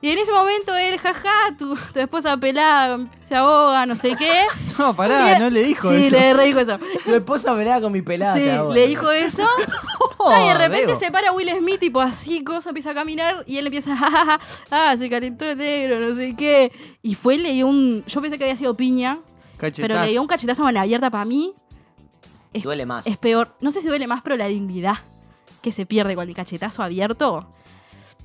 [SPEAKER 6] Y en ese momento él, jaja, tu, tu esposa pelada se ahoga, no sé qué.
[SPEAKER 5] No, pará,
[SPEAKER 6] Y-
[SPEAKER 5] no le dijo
[SPEAKER 6] sí,
[SPEAKER 5] eso.
[SPEAKER 6] le re
[SPEAKER 5] *laughs*
[SPEAKER 6] dijo eso.
[SPEAKER 4] Tu esposa pelea con *laughs* mi pelada.
[SPEAKER 6] Sí,
[SPEAKER 4] ahora.
[SPEAKER 6] le dijo eso. Ah, y
[SPEAKER 5] Oh,
[SPEAKER 6] de repente
[SPEAKER 4] Diego.
[SPEAKER 6] se para Will Smith, tipo así, cosa, empieza a caminar y él empieza, *laughs* "Ja, ja, ja, ah, se calentó el negro, no sé qué. Y fue, le dio un. Yo pensé que había sido piña, pero le dio un cachetazo a mano abierta para mí. Es,
[SPEAKER 4] Duele más.
[SPEAKER 6] es peor. No sé si duele más, pero la dignidad que se pierde con el cachetazo abierto.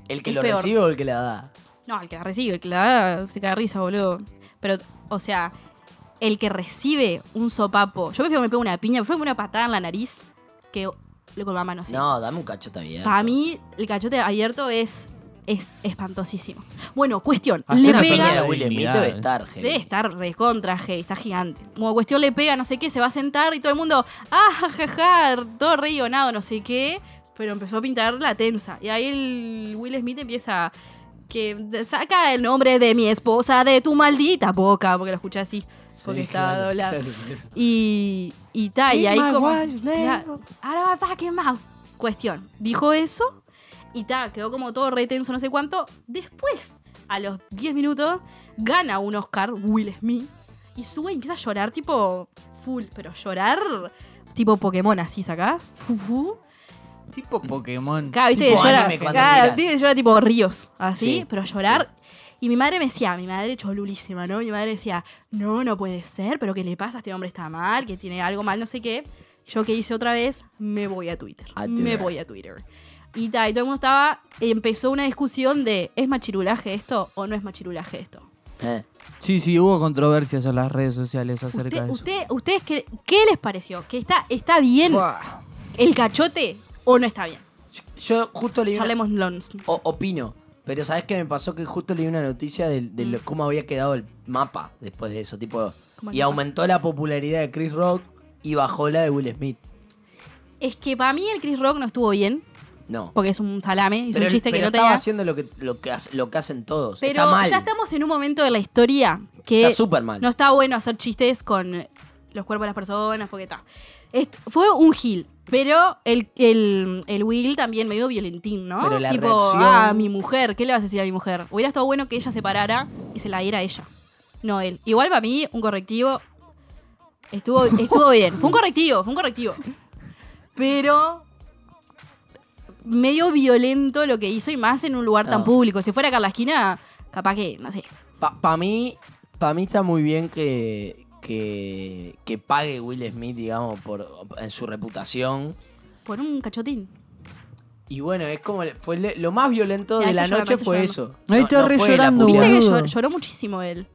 [SPEAKER 4] ¿El que
[SPEAKER 6] es
[SPEAKER 4] lo
[SPEAKER 6] peor.
[SPEAKER 4] recibe o el que la da?
[SPEAKER 6] No, el que la recibe, el que la da, se cae de risa, boludo. Pero, o sea, el que recibe un sopapo. Yo prefiero que me pegue una piña, prefiero que me pegue una patada en la nariz que lo con la mano así.
[SPEAKER 4] No, dame un cachete bien.
[SPEAKER 6] Para mí, el cachote abierto es, es espantosísimo. Bueno, cuestión.
[SPEAKER 5] Hacer
[SPEAKER 6] le
[SPEAKER 5] una
[SPEAKER 6] pega.
[SPEAKER 4] de Will Smith
[SPEAKER 5] Dignidad.
[SPEAKER 4] debe estar, heavy.
[SPEAKER 6] Debe estar recontra, heavy, está gigante. Como cuestión le pega, no sé qué, se va a sentar y todo el mundo, ah, jajaja, todo re guionado, no sé qué. Pero empezó a pintar la tensa. Y ahí el Will Smith empieza que saca el nombre de mi esposa de tu maldita boca, porque lo escuché así, porque estaba doblado. Y, y ta, y ahí como. Claro, Ahora va fucking mouth. Cuestión. Dijo eso y ta, quedó como todo re tenso, no sé cuánto. Después, a los 10 minutos, gana un Oscar, Will Smith, y sube y empieza a llorar, tipo full, pero llorar, tipo Pokémon, así saca. Fu, fu.
[SPEAKER 5] Tipo Pokémon.
[SPEAKER 6] Claro, viste
[SPEAKER 4] Tipo
[SPEAKER 6] que llora.
[SPEAKER 4] anime cuando
[SPEAKER 6] claro,
[SPEAKER 4] miran.
[SPEAKER 6] viste que llora tipo ríos, así,
[SPEAKER 4] Sí,
[SPEAKER 6] pero llorar. Y mi madre me decía, mi madre cholulísima, ¿no? Mi madre decía, no, no puede ser, pero ¿qué le pasa? Este hombre está mal, que tiene algo mal, no sé qué. Yo que hice otra vez, me voy a Twitter.
[SPEAKER 4] A
[SPEAKER 6] me
[SPEAKER 4] Twitter.
[SPEAKER 6] voy a Twitter. Y, ta, y todo el mundo estaba, empezó una discusión de, ¿es machirulaje esto o no es machirulaje esto?
[SPEAKER 4] Eh.
[SPEAKER 5] Sí, sí, hubo controversias en las redes sociales acerca
[SPEAKER 6] Usted,
[SPEAKER 5] de eso.
[SPEAKER 6] usted- ¿Ustedes qué, qué les pareció? ¿Que está, está bien el cachote o no está bien?
[SPEAKER 4] Yo justo leí una-
[SPEAKER 6] Charlemos Lons.
[SPEAKER 4] o- opino, pero ¿sabes qué me pasó? Que justo leí una noticia de, de lo- cómo había quedado el mapa después de eso. Tipo,
[SPEAKER 6] Mm. ¿Cómo el
[SPEAKER 4] y
[SPEAKER 6] mapa?
[SPEAKER 4] aumentó la popularidad de Chris Rock y bajó la de Will Smith.
[SPEAKER 6] Es que para mí el Chris Rock no estuvo bien,
[SPEAKER 4] No.
[SPEAKER 6] porque es un salame, hizo
[SPEAKER 4] pero
[SPEAKER 6] un chiste
[SPEAKER 4] pero
[SPEAKER 6] que no
[SPEAKER 4] estaba
[SPEAKER 6] tenía.
[SPEAKER 4] haciendo lo que, lo, que, hace- lo que hacen todos.
[SPEAKER 6] Pero
[SPEAKER 4] está mal.
[SPEAKER 6] ya estamos en un momento de la historia que
[SPEAKER 4] Está súper mal.
[SPEAKER 6] no está bueno hacer chistes con los cuerpos de las personas, porque está. Est- Fue un gil, pero el, el, el Will también medio violentín, ¿no?
[SPEAKER 4] Pero la
[SPEAKER 6] tipo,
[SPEAKER 4] reacción-
[SPEAKER 6] ah, mi mujer, ¿qué le vas a decir a mi mujer? Hubiera estado bueno que ella se parara y se la diera a ella, no él. Igual para mí, un correctivo estuvo, estuvo bien. Fue un correctivo, fue un correctivo. Pero medio violento lo que hizo y más en un lugar tan
[SPEAKER 4] No.
[SPEAKER 6] público. Si fuera acá a la esquina, capaz que, no sé.
[SPEAKER 4] Para mí, pa' mí está muy bien que, que, que pague Will Smith, digamos, por, en su reputación.
[SPEAKER 6] Por un cachotín.
[SPEAKER 4] Y bueno, es como le- fue le- lo más violento
[SPEAKER 6] Ya,
[SPEAKER 4] de
[SPEAKER 6] está
[SPEAKER 4] la
[SPEAKER 6] llorando,
[SPEAKER 4] noche
[SPEAKER 6] está
[SPEAKER 4] fue
[SPEAKER 6] llorando.
[SPEAKER 4] eso.
[SPEAKER 5] Ahí está re
[SPEAKER 4] fue la
[SPEAKER 5] llorando,
[SPEAKER 4] publicidad.
[SPEAKER 6] Viste que
[SPEAKER 5] Boludo.
[SPEAKER 6] llor- lloró muchísimo él.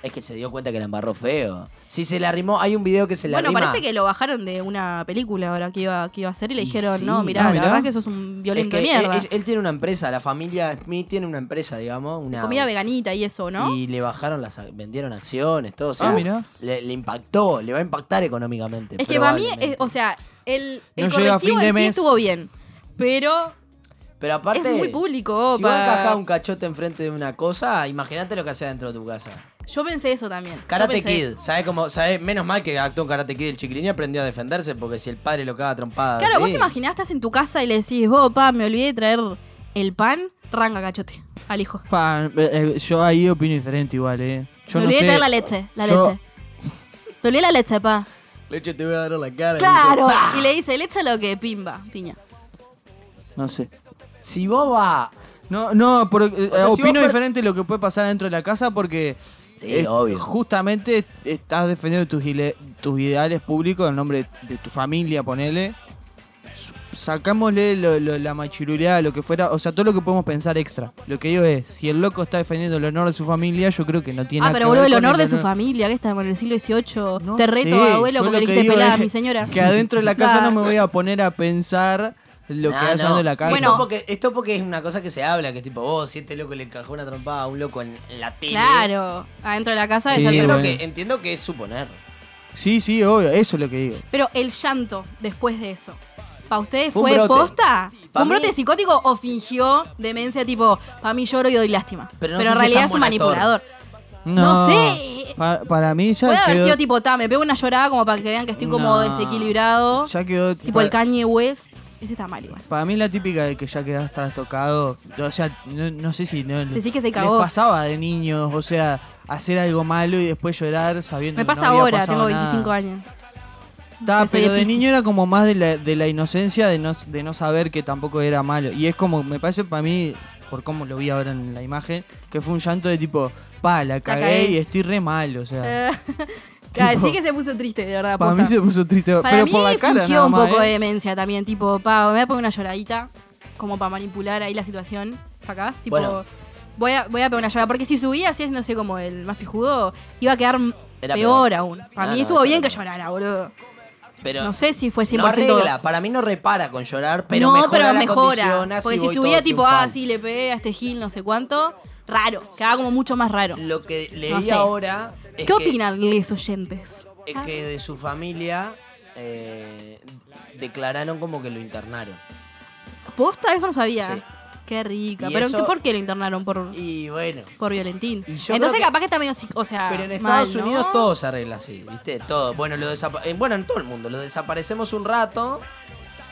[SPEAKER 4] Es que se dio cuenta que la embarró feo. Sí, se la arrimó. Hay un video que se la
[SPEAKER 6] Bueno,
[SPEAKER 4] arrima.
[SPEAKER 6] parece que lo bajaron de una película ahora que iba, que iba a hacer y le
[SPEAKER 4] Y
[SPEAKER 6] dijeron,
[SPEAKER 4] sí.
[SPEAKER 6] no, mirá,
[SPEAKER 5] Ah,
[SPEAKER 6] la
[SPEAKER 5] mirá.
[SPEAKER 6] verdad es que sos un
[SPEAKER 4] Es
[SPEAKER 6] violento
[SPEAKER 4] que
[SPEAKER 6] de mierda.
[SPEAKER 4] Él, él tiene una empresa, la familia Smith tiene una empresa, digamos. Una,
[SPEAKER 6] Comida veganita y eso, ¿no?
[SPEAKER 4] Y le bajaron las. ac- Vendieron acciones, todo. O sea,
[SPEAKER 5] Ah, mirá.
[SPEAKER 4] le, le impactó, le va a impactar económicamente.
[SPEAKER 6] es que para mí,
[SPEAKER 4] probablemente.
[SPEAKER 6] es- o sea, el, el
[SPEAKER 5] No llega a fin
[SPEAKER 6] correctivo
[SPEAKER 5] de
[SPEAKER 6] en sí
[SPEAKER 5] mes.
[SPEAKER 6] estuvo bien. Pero
[SPEAKER 4] Pero aparte.
[SPEAKER 6] es muy público,
[SPEAKER 4] Si vos
[SPEAKER 6] pa-
[SPEAKER 4] encajás un cachote enfrente de una cosa, imagínate lo que hace dentro de tu casa.
[SPEAKER 6] Yo pensé eso también. Yo
[SPEAKER 4] Karate
[SPEAKER 6] pensé
[SPEAKER 4] Kid,
[SPEAKER 6] eso.
[SPEAKER 4] ¿sabe cómo? Sabe, menos mal que actuó en Karate Kid el chiquilín y aprendió a defenderse porque si el padre lo caga trompada.
[SPEAKER 6] Claro, vos te imaginás, estás en tu casa y le decís, vos, pa, me olvidé de traer el pan, ranga cachote al hijo.
[SPEAKER 5] Pa, eh, eh, yo ahí opino diferente igual, eh. Yo
[SPEAKER 6] me
[SPEAKER 5] no
[SPEAKER 6] olvidé
[SPEAKER 5] sé.
[SPEAKER 6] de traer la leche, la
[SPEAKER 5] Yo-
[SPEAKER 6] leche. Me olvidé la leche, pa.
[SPEAKER 4] Leche te voy a dar en la cara.
[SPEAKER 6] Claro. Y le dice, leche lo que pimba, piña.
[SPEAKER 5] No sé.
[SPEAKER 4] ¡Ah! Si vos vas.
[SPEAKER 5] No, no, por- eh,
[SPEAKER 4] sea, si vos
[SPEAKER 5] opino
[SPEAKER 4] per-
[SPEAKER 5] diferente lo que puede pasar dentro de la casa porque
[SPEAKER 4] Sí, obvio.
[SPEAKER 5] justamente estás defendiendo tus, ile- tus ideales públicos en nombre de tu familia, ponele. Su- Sacámosle lo- lo- la machiruleada, lo que fuera, o sea, todo lo que podemos pensar extra. Lo que digo es, si el loco está defendiendo el honor de su familia, yo creo que no tiene
[SPEAKER 6] Ah,
[SPEAKER 5] nada
[SPEAKER 6] pero
[SPEAKER 5] que
[SPEAKER 6] boludo,
[SPEAKER 5] ver
[SPEAKER 6] el
[SPEAKER 5] con
[SPEAKER 6] honor de su familia, que está en el siglo XVIII.
[SPEAKER 5] No
[SPEAKER 6] te reto,
[SPEAKER 5] sé,
[SPEAKER 6] abuelo,
[SPEAKER 5] yo
[SPEAKER 6] porque
[SPEAKER 5] lo
[SPEAKER 6] le
[SPEAKER 5] que
[SPEAKER 6] dijiste
[SPEAKER 5] digo
[SPEAKER 6] pelada,
[SPEAKER 5] es
[SPEAKER 6] mi señora.
[SPEAKER 5] Que adentro de
[SPEAKER 6] *laughs*
[SPEAKER 5] la casa
[SPEAKER 6] Claro.
[SPEAKER 5] no me voy a poner a pensar lo que hacen de la casa.
[SPEAKER 6] Bueno.
[SPEAKER 4] Esto porque, esto porque es una cosa que se habla, que es tipo, vos, si este loco le encajó una trompada a un loco en la tele.
[SPEAKER 6] Claro, adentro de la casa
[SPEAKER 5] Sí,
[SPEAKER 6] es algo-
[SPEAKER 4] Entiendo,
[SPEAKER 5] bueno.
[SPEAKER 4] que, entiendo que es suponer.
[SPEAKER 5] Sí, sí, obvio, eso es lo que digo.
[SPEAKER 6] Pero el llanto después de eso, ¿para ustedes
[SPEAKER 4] Fue un
[SPEAKER 6] fue,
[SPEAKER 4] brote. Pa'
[SPEAKER 6] posta? ¿Fue un
[SPEAKER 4] mí-
[SPEAKER 6] brote psicótico o fingió demencia tipo, para mí lloro y doy lástima?
[SPEAKER 4] Pero
[SPEAKER 6] Pero,
[SPEAKER 4] no sé
[SPEAKER 6] en
[SPEAKER 4] si
[SPEAKER 6] realidad
[SPEAKER 4] es tan
[SPEAKER 6] es un
[SPEAKER 4] buen actor.
[SPEAKER 6] manipulador.
[SPEAKER 5] No,
[SPEAKER 6] No sé.
[SPEAKER 5] Pa- para mí ya
[SPEAKER 6] Puede haber
[SPEAKER 5] quedó-
[SPEAKER 6] sido tipo, ta, me pego una llorada como para que vean que estoy como
[SPEAKER 5] No,
[SPEAKER 6] desequilibrado.
[SPEAKER 5] Ya quedó.
[SPEAKER 6] Tipo
[SPEAKER 5] para,
[SPEAKER 6] el Kanye West. Ese está mal igual.
[SPEAKER 5] para mí es la típica de que ya quedás trastocado. O sea, no, no sé si. No,
[SPEAKER 6] Decís que se
[SPEAKER 5] les
[SPEAKER 6] cagó.
[SPEAKER 5] pasaba de niños, o sea, hacer algo malo y después llorar sabiendo
[SPEAKER 6] Me
[SPEAKER 5] que
[SPEAKER 6] pasa
[SPEAKER 5] no había
[SPEAKER 6] ahora,
[SPEAKER 5] pasado
[SPEAKER 6] tengo
[SPEAKER 5] nada.
[SPEAKER 6] 25 años.
[SPEAKER 5] Ta,
[SPEAKER 6] Yo soy
[SPEAKER 5] pero
[SPEAKER 6] de
[SPEAKER 5] de
[SPEAKER 6] Piscis.
[SPEAKER 5] niño era como más de la, de la inocencia de no, de no saber que tampoco era malo. Y es como, me parece para mí, por cómo lo vi ahora en la imagen, que fue un llanto de tipo, pa, la cagué,
[SPEAKER 6] cagué.
[SPEAKER 5] y estoy re mal. O sea,
[SPEAKER 6] Eh, claro,
[SPEAKER 5] Tipo-
[SPEAKER 6] sí que se puso triste, de verdad.
[SPEAKER 5] para
[SPEAKER 6] posta.
[SPEAKER 5] mí se puso triste.
[SPEAKER 6] Para
[SPEAKER 5] pero
[SPEAKER 6] mí
[SPEAKER 5] por la cara,
[SPEAKER 6] fingió
[SPEAKER 5] nada
[SPEAKER 6] un
[SPEAKER 5] más,
[SPEAKER 6] poco
[SPEAKER 5] ¿eh?
[SPEAKER 6] de demencia también, tipo, pa, me voy a poner una lloradita, como para manipular ahí la situación, sacás, tipo,
[SPEAKER 4] Bueno.
[SPEAKER 6] voy, a, voy a pegar una llorada, porque si subía así, no sé, como el más pijudo, iba a quedar m-
[SPEAKER 4] Era
[SPEAKER 6] peor,
[SPEAKER 4] peor.
[SPEAKER 6] aún. Para
[SPEAKER 4] Ah,
[SPEAKER 6] mí
[SPEAKER 4] no,
[SPEAKER 6] estuvo
[SPEAKER 4] eso
[SPEAKER 6] bien
[SPEAKER 4] era
[SPEAKER 6] que
[SPEAKER 4] peor.
[SPEAKER 6] llorara, boludo.
[SPEAKER 4] Pero
[SPEAKER 6] No sé si fue 100%
[SPEAKER 4] no arregla, para mí no repara con llorar, pero
[SPEAKER 6] no,
[SPEAKER 4] mejora
[SPEAKER 6] pero
[SPEAKER 4] la
[SPEAKER 6] mejora.
[SPEAKER 4] condiciona
[SPEAKER 6] Porque si
[SPEAKER 4] voy
[SPEAKER 6] subía
[SPEAKER 4] todo
[SPEAKER 6] tipo, ah,
[SPEAKER 4] triunfal.
[SPEAKER 6] sí, le pegué a este Gil, no sé cuánto, raro, quedaba como mucho más raro.
[SPEAKER 4] Lo que leí
[SPEAKER 6] No sé.
[SPEAKER 4] ahora es
[SPEAKER 6] ¿Qué
[SPEAKER 4] que,
[SPEAKER 6] opinan les oyentes?
[SPEAKER 4] es
[SPEAKER 6] Ah.
[SPEAKER 4] que de su familia eh, declararon como que lo internaron.
[SPEAKER 6] ¿Posta? Eso no sabía.
[SPEAKER 4] Sí.
[SPEAKER 6] Qué rica.
[SPEAKER 4] Y
[SPEAKER 6] ¿Pero
[SPEAKER 4] eso-
[SPEAKER 6] ¿qué- por qué lo internaron? Por,
[SPEAKER 4] Y bueno.
[SPEAKER 6] por violentín.
[SPEAKER 4] Y yo creo
[SPEAKER 6] Entonces
[SPEAKER 4] que-
[SPEAKER 6] capaz que está medio... psic- O sea,
[SPEAKER 4] Pero en
[SPEAKER 6] Ah, mal,
[SPEAKER 4] Estados
[SPEAKER 6] ¿no?
[SPEAKER 4] Unidos todo se arregla así, ¿viste? Todo. Bueno, lo desapa- eh, bueno, en todo el mundo. Lo desaparecemos un rato.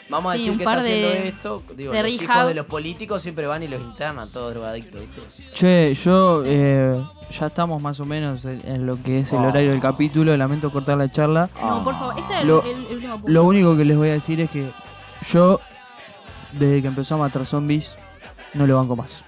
[SPEAKER 4] Vamos
[SPEAKER 6] Sí,
[SPEAKER 4] a decir
[SPEAKER 6] un
[SPEAKER 4] que
[SPEAKER 6] par
[SPEAKER 4] está
[SPEAKER 6] de-
[SPEAKER 4] haciendo esto. Digo,
[SPEAKER 6] de
[SPEAKER 4] los hijos
[SPEAKER 6] rehab.
[SPEAKER 4] de los políticos siempre van y los internan, todos drogadictos, ¿viste?
[SPEAKER 5] Che, yo eh, ya estamos más o menos en, en lo que es el horario del capítulo, lamento cortar la charla.
[SPEAKER 6] No, por favor. Este es el,
[SPEAKER 5] Lo-
[SPEAKER 6] el- el último punto.
[SPEAKER 5] Lo único que les voy a decir es que yo, desde que empezó a matar zombies, no lo banco más.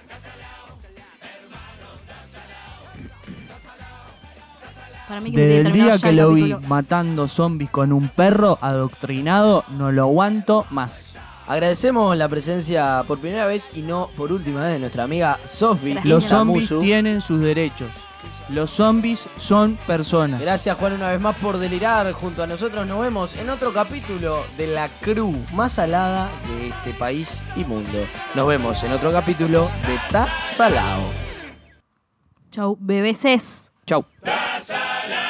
[SPEAKER 6] Para mí que
[SPEAKER 5] Desde
[SPEAKER 6] tiene
[SPEAKER 5] el
[SPEAKER 6] terminar
[SPEAKER 5] día
[SPEAKER 6] ya
[SPEAKER 5] que
[SPEAKER 6] el
[SPEAKER 5] lo vi
[SPEAKER 6] capítulo.
[SPEAKER 5] matando zombies con un perro adoctrinado, no lo aguanto más.
[SPEAKER 4] Agradecemos la presencia por primera vez y no por última vez de nuestra amiga Sofi.
[SPEAKER 6] Gracias.
[SPEAKER 5] Los
[SPEAKER 6] Mira,
[SPEAKER 5] zombies
[SPEAKER 4] Musu.
[SPEAKER 5] tienen sus derechos. Los zombies son personas.
[SPEAKER 4] Gracias Juan una vez más por delirar junto a nosotros. Nos vemos en otro capítulo de la crew más salada de este país y mundo. Nos vemos en otro capítulo de Ta Salao.
[SPEAKER 6] Chau, bebeses.
[SPEAKER 5] Chau.
[SPEAKER 2] Salao.